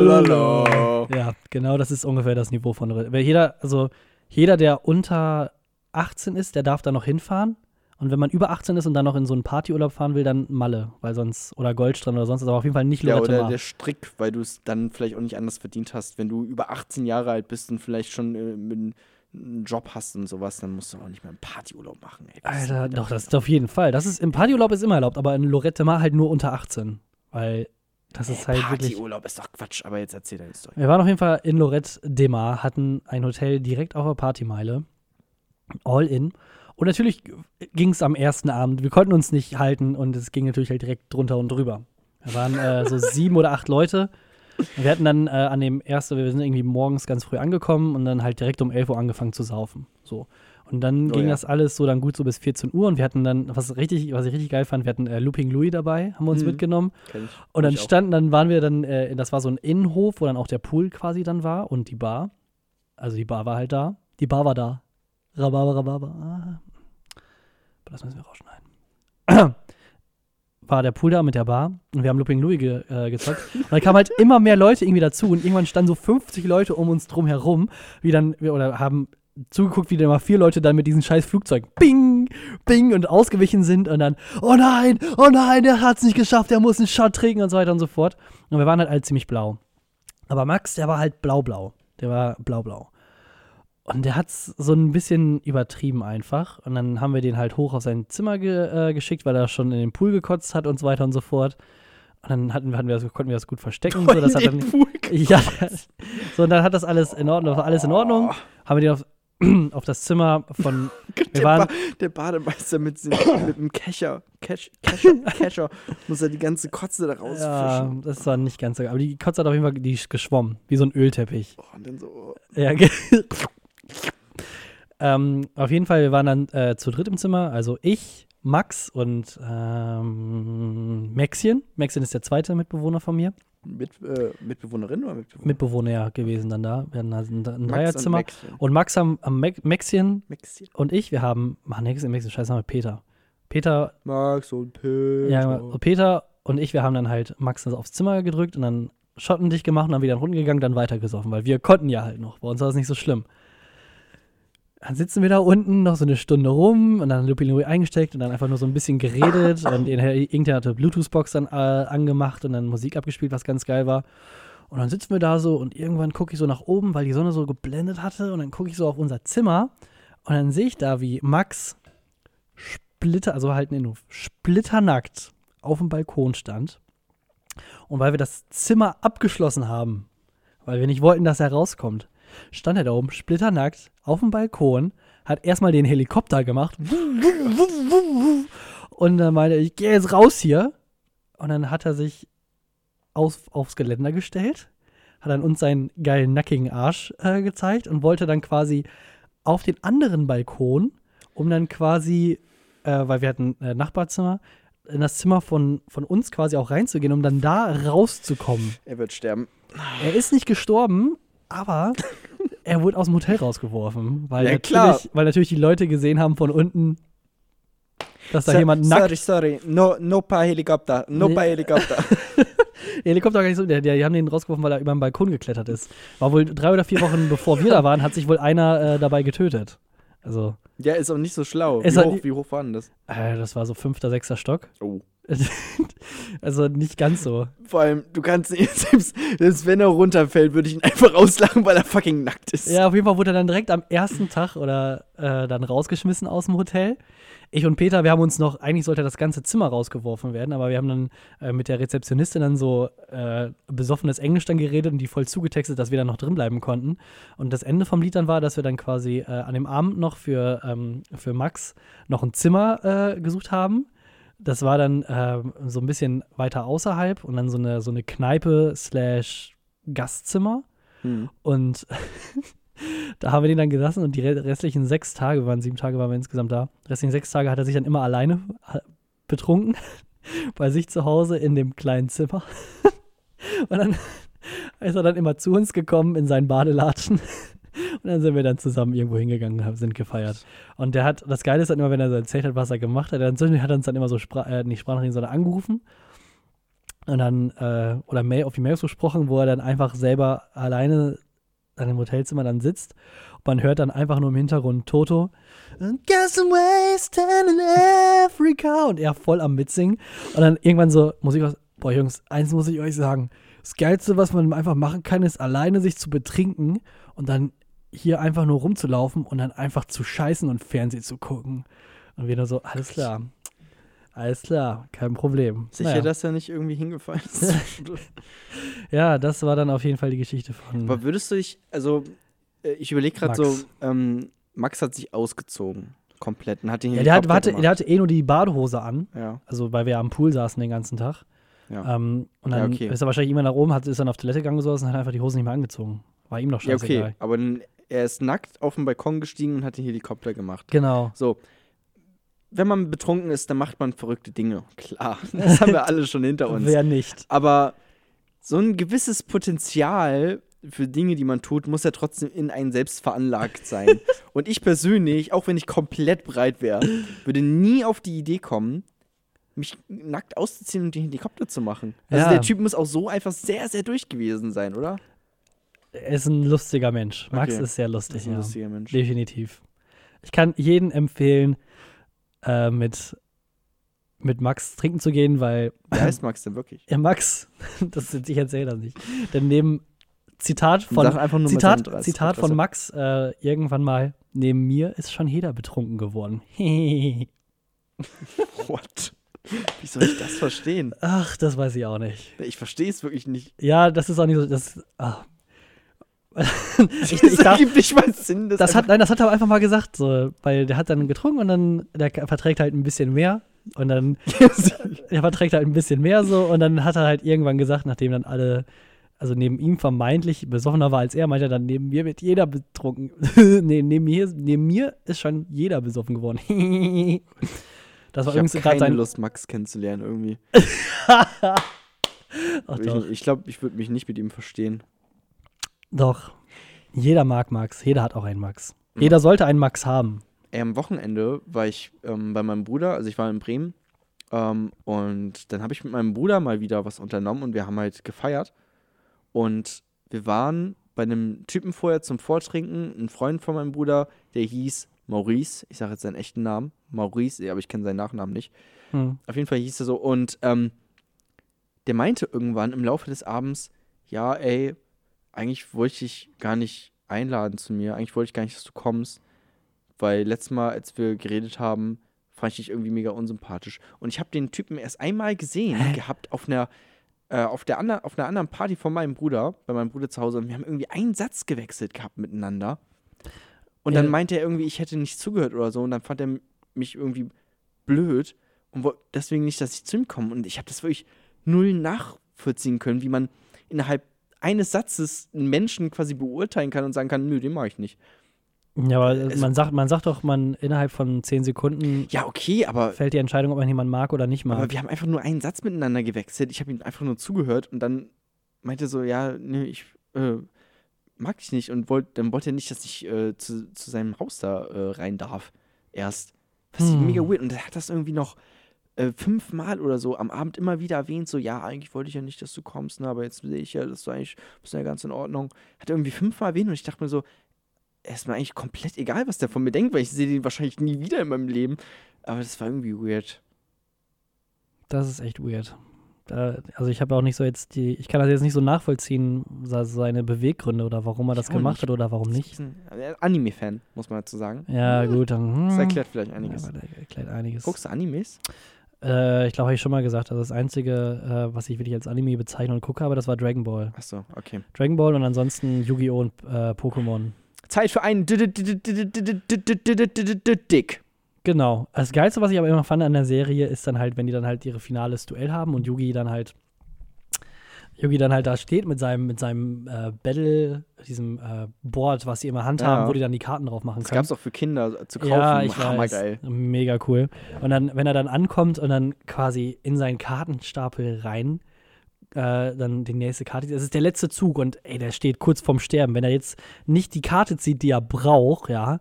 Speaker 2: Ja, genau, das ist ungefähr das Niveau von Lorette. Weil jeder, also jeder, der unter 18 ist, der darf da noch hinfahren. Und wenn man über 18 ist und dann noch in so einen Partyurlaub fahren will, dann Malle, weil sonst, oder Goldstrand oder sonst, was, aber auf jeden Fall nicht
Speaker 1: Ja,
Speaker 2: Lorette
Speaker 1: oder
Speaker 2: Mar.
Speaker 1: der Strick, weil du es dann vielleicht auch nicht anders verdient hast. Wenn du über 18 Jahre alt bist und vielleicht schon äh, mit einen Job hast und sowas, dann musst du auch nicht mehr einen Partyurlaub machen. Ey. Das ist halt
Speaker 2: Alter,
Speaker 1: wieder-
Speaker 2: doch, das ist auf jeden Fall. Das ist, im Partyurlaub ist immer erlaubt, aber in Lorette Mar halt nur unter 18. Weil das ist halt wirklich.
Speaker 1: Partyurlaub ist doch Quatsch, aber jetzt erzähl deine Story.
Speaker 2: Wir waren auf jeden Fall in Lorette de Mar, hatten ein Hotel direkt auf der Partymeile. All in. Und natürlich ging es am ersten Abend. Wir konnten uns nicht halten und es ging natürlich halt direkt drunter und drüber. Wir waren äh, so sieben oder acht Leute. Wir hatten dann äh, an dem ersten, wir sind irgendwie morgens ganz früh angekommen und dann halt direkt um 11 Uhr angefangen zu saufen. So. Und dann
Speaker 1: Oh
Speaker 2: ging
Speaker 1: ja.
Speaker 2: das alles so dann gut so bis 14 Uhr und wir hatten dann, was richtig, was ich richtig geil fand, wir hatten äh, Looping Louis dabei, haben wir uns
Speaker 1: Mhm.
Speaker 2: mitgenommen.
Speaker 1: Kenn ich.
Speaker 2: Und dann
Speaker 1: Ich auch.
Speaker 2: standen, dann waren wir dann, äh, in- das war so ein Innenhof, wo dann auch der Pool quasi dann war und die Bar. Also die Bar war halt da. Die Bar war da. Rhabarber, Rhabarber. Ah. Aber Das müssen wir rausschneiden. War der Pool da mit der Bar und wir haben Looping Louis ge äh, gezockt. Und dann kamen halt immer mehr Leute irgendwie dazu und irgendwann standen so 50 Leute um uns drum herum, wie dann, wir- oder haben zugeguckt, wie dann mal vier Leute dann mit diesem scheiß Flugzeug bing, bing und ausgewichen sind und dann, oh nein, oh nein, der hat's nicht geschafft, der muss einen Shot trinken und so weiter und so fort. Und wir waren halt alle ziemlich blau. Aber Max, der war halt blau-blau. Der war blau-blau. Und der hat's so ein bisschen übertrieben einfach. Und dann haben wir den halt hoch auf sein Zimmer ge äh, geschickt, weil er schon in den Pool gekotzt hat und so weiter und so fort. Und dann hatten, wir- hatten wir das, konnten wir das gut verstecken. und So, das hat
Speaker 1: In
Speaker 2: dann,
Speaker 1: den Pool
Speaker 2: ja, so und dann hat das alles in Ordnung, war alles in Ordnung.
Speaker 1: Oh.
Speaker 2: Haben wir den auf, auf das Zimmer von
Speaker 1: Der,
Speaker 2: waren-
Speaker 1: ba der Bademeister mit, sin- mit dem Kescher, Kesch, Kescher, Kescher, muss er die ganze Kotze da
Speaker 2: Ja,
Speaker 1: rausfischen.
Speaker 2: das war nicht ganz so. Aber die Kotze hat auf jeden Fall die ist geschwommen, wie so ein Ölteppich.
Speaker 1: Oh, und dann so, oh,
Speaker 2: Ja, ge- ähm, auf jeden Fall, wir waren dann äh, zu dritt im Zimmer. Also ich, Max und ähm, Maxien. Maxien ist der zweite Mitbewohner von mir.
Speaker 1: mit, äh, Mitbewohnerin oder Mitbewohner?
Speaker 2: Mitbewohner ja, gewesen dann da. Wir hatten da ein, ein Dreierzimmer.
Speaker 1: Max und Maxchen.
Speaker 2: Und Max haben, haben Max- Maxien
Speaker 1: Maxchen.
Speaker 2: und ich, wir haben, ach, Maxien, Maxien, scheiß Name, Peter. Peter
Speaker 1: Max und Pilz.
Speaker 2: Ja, und Peter und ich, wir haben dann halt Max aufs Zimmer gedrückt und dann Schotten dich gemacht und dann wieder runtergegangen, dann weitergesoffen, weil wir konnten ja halt noch. Bei uns war es nicht so schlimm. Dann sitzen wir da unten noch so eine Stunde rum und dann Lupi Louis eingesteckt und dann einfach nur so ein bisschen geredet und in- irgendjemand hatte Bluetooth-Box dann äh, angemacht und dann Musik abgespielt, was ganz geil war. Und dann sitzen wir da so und irgendwann gucke ich so nach oben, weil die Sonne so geblendet hatte und dann gucke ich so auf unser Zimmer und dann sehe ich da, wie Max splitter, also halt in splitternackt auf dem Balkon stand. Und weil wir das Zimmer abgeschlossen haben, weil wir nicht wollten, dass er rauskommt, stand er da oben splitternackt auf dem Balkon, hat erstmal den Helikopter gemacht. Und dann meinte er, ich gehe jetzt raus hier. Und dann hat er sich aus, aufs Geländer gestellt, hat dann uns seinen geilen nackigen Arsch äh, gezeigt und wollte dann quasi auf den anderen Balkon, um dann quasi, äh, weil wir hatten äh, Nachbarzimmer, in das Zimmer von, von uns quasi auch reinzugehen, um dann da rauszukommen.
Speaker 1: Er wird sterben.
Speaker 2: Er ist nicht gestorben, aber er wurde aus dem Hotel rausgeworfen, weil,
Speaker 1: Ja,
Speaker 2: natürlich,
Speaker 1: klar.
Speaker 2: weil natürlich die Leute gesehen haben von unten, dass da jemand nackt
Speaker 1: Sorry, sorry. No, no pa Helikopter. No
Speaker 2: Nee.
Speaker 1: pa Helikopter.
Speaker 2: Der Helikopter war gar nicht so. Der, der, die haben den rausgeworfen, weil er über den Balkon geklettert ist. War wohl drei oder vier Wochen bevor wir da waren, hat sich wohl einer äh, dabei getötet. Also,
Speaker 1: ja, ist auch nicht so schlau.
Speaker 2: Ist
Speaker 1: Wie
Speaker 2: halt-
Speaker 1: hoch, wie hoch war denn das?
Speaker 2: äh, das war so fünfter, sechster Stock.
Speaker 1: Oh.
Speaker 2: Also nicht ganz so.
Speaker 1: Vor allem, du kannst ihn selbst, selbst wenn er runterfällt, würde ich ihn einfach auslachen, weil er fucking nackt ist.
Speaker 2: Ja, auf jeden Fall wurde er dann direkt am ersten Tag oder äh, dann rausgeschmissen aus dem Hotel. Ich und Peter, wir haben uns noch, eigentlich sollte das ganze Zimmer rausgeworfen werden, aber wir haben dann äh, mit der Rezeptionistin dann so äh, besoffenes Englisch dann geredet und die voll zugetextet, dass wir dann noch drin bleiben konnten. Und das Ende vom Lied dann war, dass wir dann quasi äh, an dem Abend noch für, ähm, für Max noch ein Zimmer äh, gesucht haben. Das war dann äh, so ein bisschen weiter außerhalb und dann so eine, so eine Kneipe slash Gastzimmer.
Speaker 1: Hm.
Speaker 2: Und da haben wir den dann gelassen und die re- restlichen sechs Tage, waren sieben Tage waren wir insgesamt da, die restlichen sechs Tage hat er sich dann immer alleine äh, betrunken bei sich zu Hause in dem kleinen Zimmer. und dann ist er dann immer zu uns gekommen in seinen Badelatschen. Und dann sind wir dann zusammen irgendwo hingegangen und haben- sind gefeiert. Und der hat, das Geile ist dann immer, wenn er so erzählt hat, was er gemacht hat, dann hat er uns dann immer so, Spra äh, nicht Sprachnachrichten, sondern angerufen. Und dann, äh, oder Mail auf die Mails gesprochen, wo er dann einfach selber alleine an dem Hotelzimmer dann sitzt. Und man hört dann einfach nur im Hintergrund Toto. "And Guess away, stand in Africa. Und er voll am Mitsingen. Und dann irgendwann so Musik aus. Boah, Jungs, eins muss ich euch sagen. Das Geilste, was man einfach machen kann, ist alleine sich zu betrinken und dann hier einfach nur rumzulaufen und dann einfach zu scheißen und Fernsehen zu gucken. Und wir nur so, alles klar. Alles klar, kein Problem.
Speaker 1: Sicher,
Speaker 2: Naja.
Speaker 1: dass er nicht irgendwie hingefallen ist.
Speaker 2: Ja, das war dann auf jeden Fall die Geschichte von.
Speaker 1: Aber würdest du dich, also äh, ich überlege gerade
Speaker 2: Max.
Speaker 1: so, ähm, Max hat sich ausgezogen. Komplett. Und hat den
Speaker 2: Ja, der, hat,
Speaker 1: Helikopter
Speaker 2: warte, der
Speaker 1: gemacht.
Speaker 2: hatte eh nur die Badehose an,
Speaker 1: ja.
Speaker 2: also weil wir am Pool saßen den ganzen Tag.
Speaker 1: Ja.
Speaker 2: Ähm, und
Speaker 1: Ja,
Speaker 2: dann
Speaker 1: okay.
Speaker 2: ist er wahrscheinlich immer nach oben, hat, ist dann auf Toilette gegangen und so und hat einfach die Hose nicht mehr angezogen. War ihm doch
Speaker 1: ja,
Speaker 2: scheißegal.
Speaker 1: okay. Aber dann er ist nackt auf den Balkon gestiegen und hat den Helikopter gemacht.
Speaker 2: Genau.
Speaker 1: So. Wenn man betrunken ist, dann macht man verrückte Dinge. Klar, das haben wir alle schon hinter uns.
Speaker 2: Wer nicht?
Speaker 1: Aber so ein gewisses Potenzial für Dinge, die man tut, muss ja trotzdem in einen selbst veranlagt sein. Und ich persönlich, auch wenn ich komplett breit wäre, würde nie auf die Idee kommen, mich nackt auszuziehen und den Helikopter zu machen. Also
Speaker 2: Ja.
Speaker 1: der Typ muss auch so einfach sehr, sehr durch gewesen sein, oder?
Speaker 2: Er ist ein lustiger Mensch. Max
Speaker 1: Okay.
Speaker 2: ist sehr lustig.
Speaker 1: Das ist ein
Speaker 2: ja.
Speaker 1: lustiger Mensch.
Speaker 2: Definitiv. Ich kann jeden empfehlen, äh, mit, mit Max trinken zu gehen, weil
Speaker 1: Wer heißt Max denn wirklich?
Speaker 2: ja, Max, das sind, ich erzähle das nicht. Denn neben Zitat
Speaker 1: Sag
Speaker 2: von
Speaker 1: einfach nur mal
Speaker 2: Zitat,
Speaker 1: seinen Adress-
Speaker 2: Zitat
Speaker 1: Adresse.
Speaker 2: von Max, äh, irgendwann mal, neben mir ist schon jeder betrunken geworden.
Speaker 1: What? Wie soll ich das verstehen?
Speaker 2: Ach, das weiß ich auch nicht.
Speaker 1: Ich verstehe es wirklich nicht.
Speaker 2: Ja, das ist auch nicht so. Das, ah. ich,
Speaker 1: das
Speaker 2: ich darf,
Speaker 1: ergibt nicht mal Sinn. Das,
Speaker 2: das
Speaker 1: einfach-
Speaker 2: hat, nein, das hat er einfach mal gesagt, so, weil der hat dann getrunken und dann, der verträgt halt ein bisschen mehr und dann, der verträgt halt ein bisschen mehr so und dann hat er halt irgendwann gesagt, nachdem dann alle, also neben ihm vermeintlich besoffener war als er, meinte er dann, neben mir wird jeder betrunken, nee, neben mir, neben mir ist schon jeder besoffen geworden. das war
Speaker 1: ich
Speaker 2: übrigens
Speaker 1: habe keine
Speaker 2: gerade sein,
Speaker 1: Lust, Max kennenzulernen irgendwie.
Speaker 2: Ach,
Speaker 1: ich
Speaker 2: doch,
Speaker 1: glaube, ich, glaub, ich würde mich nicht mit ihm verstehen.
Speaker 2: doch, jeder mag Max, jeder hat auch einen Max.
Speaker 1: Mhm.
Speaker 2: Jeder sollte einen Max haben.
Speaker 1: Ey, am Wochenende war ich ähm, bei meinem Bruder, also ich war in Bremen. Ähm, und dann habe ich mit meinem Bruder mal wieder was unternommen und wir haben halt gefeiert. Und wir waren bei einem Typen vorher zum Vortrinken, ein Freund von meinem Bruder, der hieß Maurice. Ich sage jetzt seinen echten Namen. Maurice, aber ich kenne seinen Nachnamen nicht.
Speaker 2: Hm.
Speaker 1: Auf jeden Fall hieß er so. Und ähm, der meinte irgendwann im Laufe des Abends, ja, ey, eigentlich wollte ich dich gar nicht einladen zu mir. Eigentlich wollte ich gar nicht, dass du kommst. Weil letztes Mal, als wir geredet haben, fand ich dich irgendwie mega unsympathisch. Und ich habe den Typen erst einmal gesehen gehabt auf einer äh, auf, der ander, auf einer anderen Party von meinem Bruder, bei meinem Bruder zu Hause. Und wir haben irgendwie einen Satz gewechselt gehabt miteinander. Und dann
Speaker 2: Äh.
Speaker 1: meinte er irgendwie, ich hätte nicht zugehört oder so. Und dann fand er m- mich irgendwie blöd und wollte deswegen nicht, dass ich zu ihm komme. Und ich habe das wirklich null nachvollziehen können, wie man innerhalb eines Satzes einen Menschen quasi beurteilen kann und sagen kann, nö, den mache ich nicht.
Speaker 2: Ja, aber
Speaker 1: Es-
Speaker 2: man sagt, man sagt doch, man innerhalb von zehn Sekunden
Speaker 1: Ja, okay, aber,
Speaker 2: fällt die Entscheidung, ob man jemanden mag oder nicht mag.
Speaker 1: aber wir haben einfach nur einen Satz miteinander gewechselt. Ich habe ihm einfach nur zugehört und dann meinte er so, ja, nö, ich äh, mag dich nicht und wollt, dann wollte er nicht, dass ich äh, zu, zu seinem Haus da äh, rein darf. Erst. Was ich
Speaker 2: Hm.
Speaker 1: mega weird. Und er hat das irgendwie noch äh, fünfmal oder so am Abend immer wieder erwähnt, so, ja, eigentlich wollte ich ja nicht, dass du kommst, ne, aber jetzt sehe ich ja, dass du eigentlich, bist ja ganz in Ordnung. Hat er irgendwie fünfmal erwähnt und ich dachte mir so, er ist mir eigentlich komplett egal, was der von mir denkt, weil ich sehe den wahrscheinlich nie wieder in meinem Leben. Aber das war irgendwie weird.
Speaker 2: das ist echt weird. Da, also ich habe auch nicht so jetzt die, ich kann das jetzt nicht so nachvollziehen, se- seine Beweggründe oder warum er
Speaker 1: Ich
Speaker 2: das
Speaker 1: auch
Speaker 2: gemacht
Speaker 1: nicht.
Speaker 2: hat oder warum
Speaker 1: Er
Speaker 2: nicht.
Speaker 1: ist ein Anime-Fan, muss man dazu sagen.
Speaker 2: Ja, gut, dann.
Speaker 1: Das
Speaker 2: hm.
Speaker 1: erklärt vielleicht einiges.
Speaker 2: Ja, aber das erklärt einiges.
Speaker 1: Guckst du Animes?
Speaker 2: Äh, ich glaube, habe ich schon mal gesagt, also das Einzige, äh, was ich wirklich als Anime bezeichne und gucke, aber das war Dragon Ball.
Speaker 1: Achso, okay.
Speaker 2: Dragon Ball und ansonsten Yu-Gi-Oh! und äh, Pokémon.
Speaker 1: Zeit für einen Dick.
Speaker 2: Genau. Das Geilste, was ich aber immer fand an der Serie, ist dann halt, wenn die dann halt ihre finales Duell haben und Yugi dann halt Yugi dann halt da steht mit seinem, mit seinem äh, Battle, diesem äh, Board, was sie immer handhaben,
Speaker 1: Ja.
Speaker 2: wo die dann die Karten drauf machen
Speaker 1: Das
Speaker 2: können.
Speaker 1: gab's auch für Kinder zu kaufen.
Speaker 2: Ja, ich
Speaker 1: Hammergeil.
Speaker 2: weiß. Mega cool. Und dann, wenn er dann ankommt und dann quasi in seinen Kartenstapel rein, äh, dann die nächste Karte. Das ist der letzte Zug und ey, der steht kurz vorm Sterben. Wenn er jetzt nicht die Karte zieht, die er braucht, ja,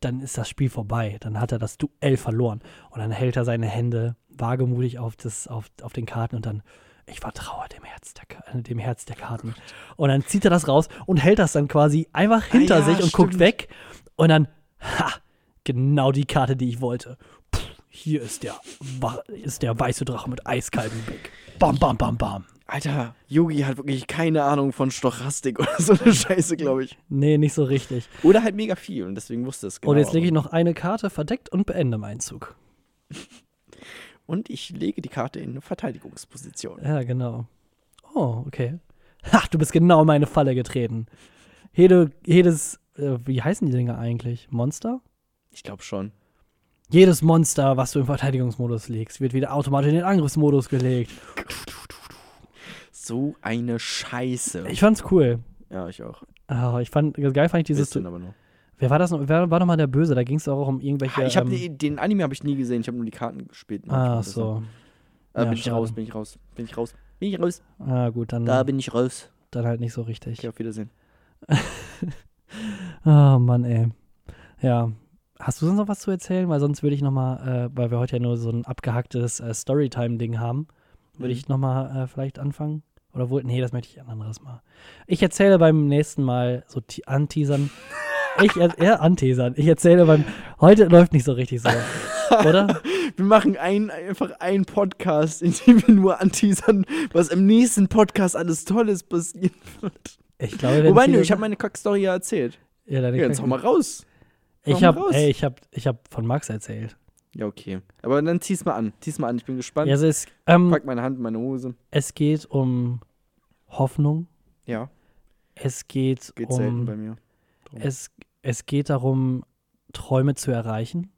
Speaker 2: dann ist das Spiel vorbei. Dann hat er das Duell verloren. Und dann hält er seine Hände wagemutig auf, das, auf, auf den Karten und dann. Ich vertraue dem Herz, der, Ka- dem Herz
Speaker 1: Oh
Speaker 2: der Karten. Und dann zieht er das raus und hält das dann quasi einfach hinter
Speaker 1: Ah ja,
Speaker 2: sich und guckt
Speaker 1: stimmt.
Speaker 2: weg. Und dann, ha, genau die Karte, die ich wollte. Puh, hier ist der, wa- ist der weiße Drache mit eiskaltem Blick. Bam, bam, bam, bam.
Speaker 1: Alter, Yogi hat wirklich keine Ahnung von Stochastik oder so eine Scheiße, glaube ich.
Speaker 2: Nee, nicht so richtig.
Speaker 1: Oder halt mega viel und deswegen wusste es genau.
Speaker 2: und jetzt lege ich noch eine Karte verdeckt und beende meinen Zug.
Speaker 1: und ich lege die Karte in eine Verteidigungsposition.
Speaker 2: Ja, genau. Oh, okay. Ach, du bist genau in meine Falle getreten. Jede, jedes, äh, wie heißen die Dinger eigentlich? Monster?
Speaker 1: Ich glaube schon.
Speaker 2: Jedes Monster, was du im Verteidigungsmodus legst, wird wieder automatisch in den Angriffsmodus gelegt.
Speaker 1: So eine Scheiße.
Speaker 2: Ich fand's cool.
Speaker 1: ja, ich auch.
Speaker 2: Äh, Oh, ich fand, geil fand ich dieses.
Speaker 1: Bisschen aber nur.
Speaker 2: Wer war das noch? Wer war noch mal der Böse? Da ging es auch um irgendwelche.
Speaker 1: Ah, ich habe
Speaker 2: ähm,
Speaker 1: den Anime habe ich nie gesehen. Ich habe nur die Karten gespielt.
Speaker 2: Ah, so.
Speaker 1: Äh,
Speaker 2: Ja,
Speaker 1: bin ich
Speaker 2: schade.
Speaker 1: raus, bin ich raus, bin ich raus, bin ich raus.
Speaker 2: Ah, gut, dann,
Speaker 1: Da bin ich raus.
Speaker 2: dann halt nicht so richtig.
Speaker 1: Okay, auf Wiedersehen.
Speaker 2: Ah, Mann, ey. Ja. Hast du sonst noch was zu erzählen? Weil sonst würde ich noch mal, äh, weil wir heute ja nur so ein abgehacktes äh, Storytime-Ding haben, würde
Speaker 1: Mhm.
Speaker 2: ich noch mal äh, vielleicht anfangen. Oder wohl, nee, das möchte ich ein anderes Mal. Ich erzähle beim nächsten Mal so ti- anteasern. Ich er, eher anteasern. Ich erzähle beim, heute läuft nicht so richtig so, oder?
Speaker 1: Wir machen ein, einfach einen Podcast, in dem wir nur anteasern, was im nächsten Podcast alles Tolles passieren wird.
Speaker 2: Ich glaube, wir
Speaker 1: Wobei,
Speaker 2: werden
Speaker 1: nö,
Speaker 2: viele-
Speaker 1: ich habe meine Kackstory ja erzählt.
Speaker 2: ja, deine
Speaker 1: Ja, jetzt hau
Speaker 2: Kacke.
Speaker 1: mal raus. hau
Speaker 2: Ich
Speaker 1: mal
Speaker 2: habe,
Speaker 1: raus.
Speaker 2: ey, ich habe, ich habe von Max erzählt.
Speaker 1: Ja, okay. Aber dann zieh's mal an. Zieh's mal an, ich bin gespannt.
Speaker 2: Ja, also es, ähm,
Speaker 1: Pack meine Hand in meine Hose.
Speaker 2: es geht um Hoffnung.
Speaker 1: Ja,
Speaker 2: Es geht
Speaker 1: geht selten bei
Speaker 2: um.
Speaker 1: mir. drum.
Speaker 2: Es, es geht darum, Träume zu erreichen.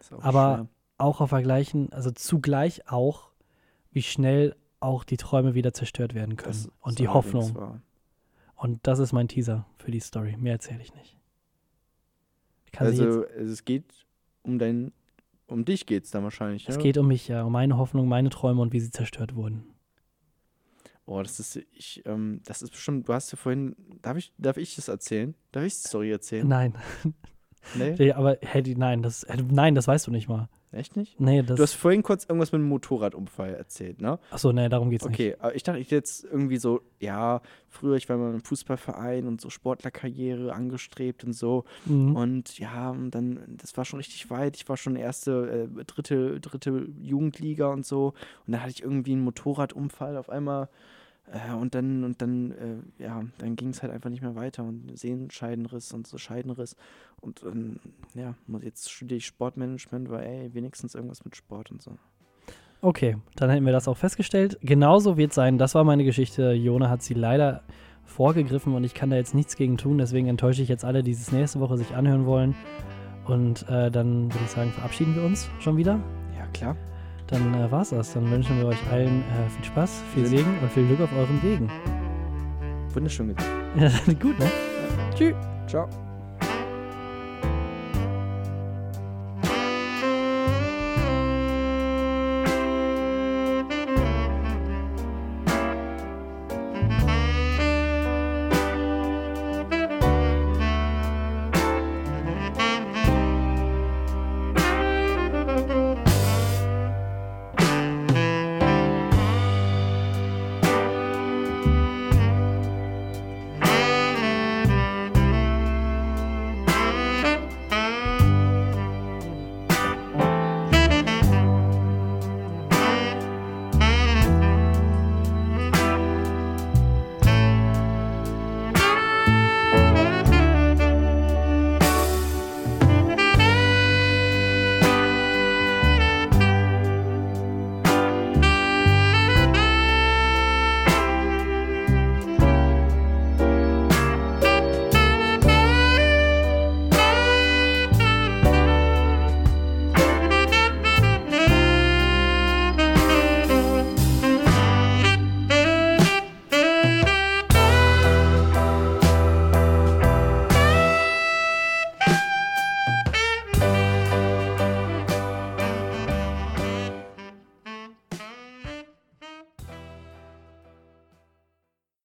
Speaker 1: Ist auch
Speaker 2: aber-
Speaker 1: schwer.
Speaker 2: Auch auf vergleichen, also zugleich auch, wie schnell auch die Träume wieder zerstört werden können.
Speaker 1: Das ist
Speaker 2: und die
Speaker 1: allerdings
Speaker 2: Hoffnung.
Speaker 1: wahr.
Speaker 2: Und das ist mein Teaser für die Story. Mehr erzähle ich nicht. Kann sich jetzt,
Speaker 1: Also, es geht um dein, um dich geht's dann wahrscheinlich.
Speaker 2: es
Speaker 1: ne?
Speaker 2: geht um mich, ja, um meine Hoffnung, meine Träume und wie sie zerstört wurden.
Speaker 1: Boah, das ist, ich, ähm, das ist bestimmt, du hast ja vorhin, darf ich, darf ich das erzählen? Darf ich die Story erzählen?
Speaker 2: Nein,
Speaker 1: Nee?
Speaker 2: nee, aber hey, die- nein, das, äh, nein, das weißt du nicht mal.
Speaker 1: Echt nicht?
Speaker 2: Nee, das.
Speaker 1: Du hast vorhin kurz irgendwas mit einem Motorradunfall erzählt, ne?
Speaker 2: achso, nee, darum geht's nicht.
Speaker 1: Okay, aber ich dachte ich jetzt irgendwie so, ja, früher ich war mal im Fußballverein und so Sportlerkarriere angestrebt und so.
Speaker 2: Mhm.
Speaker 1: Und ja, und dann, das war schon richtig weit. Ich war schon erste, äh, dritte, dritte Jugendliga und so. Und dann hatte ich irgendwie einen Motorradunfall auf einmal. Äh, und dann, und dann, äh, ja, dann ging es halt einfach nicht mehr weiter. Und Sehenscheidenriss und so Scheidenriss. Und ähm, ja, muss- jetzt studiere ich Sportmanagement, weil, ey, wenigstens irgendwas mit Sport und so.
Speaker 2: Okay, dann hätten wir das auch festgestellt. Genauso wird sein. Das war meine Geschichte. Jona hat sie leider vorgegriffen und ich kann da jetzt nichts gegen tun. Deswegen enttäusche ich jetzt alle, die es nächste Woche sich anhören wollen. Und äh, dann würde ich sagen, verabschieden wir uns schon wieder.
Speaker 1: Ja, klar.
Speaker 2: Dann äh, war's das. Dann wünschen wir euch allen äh, viel Spaß, viel
Speaker 1: Sinn.
Speaker 2: Segen und viel Glück auf euren Wegen.
Speaker 1: Wunderschön gesagt.
Speaker 2: Ja, gut, ne?
Speaker 1: Ciao.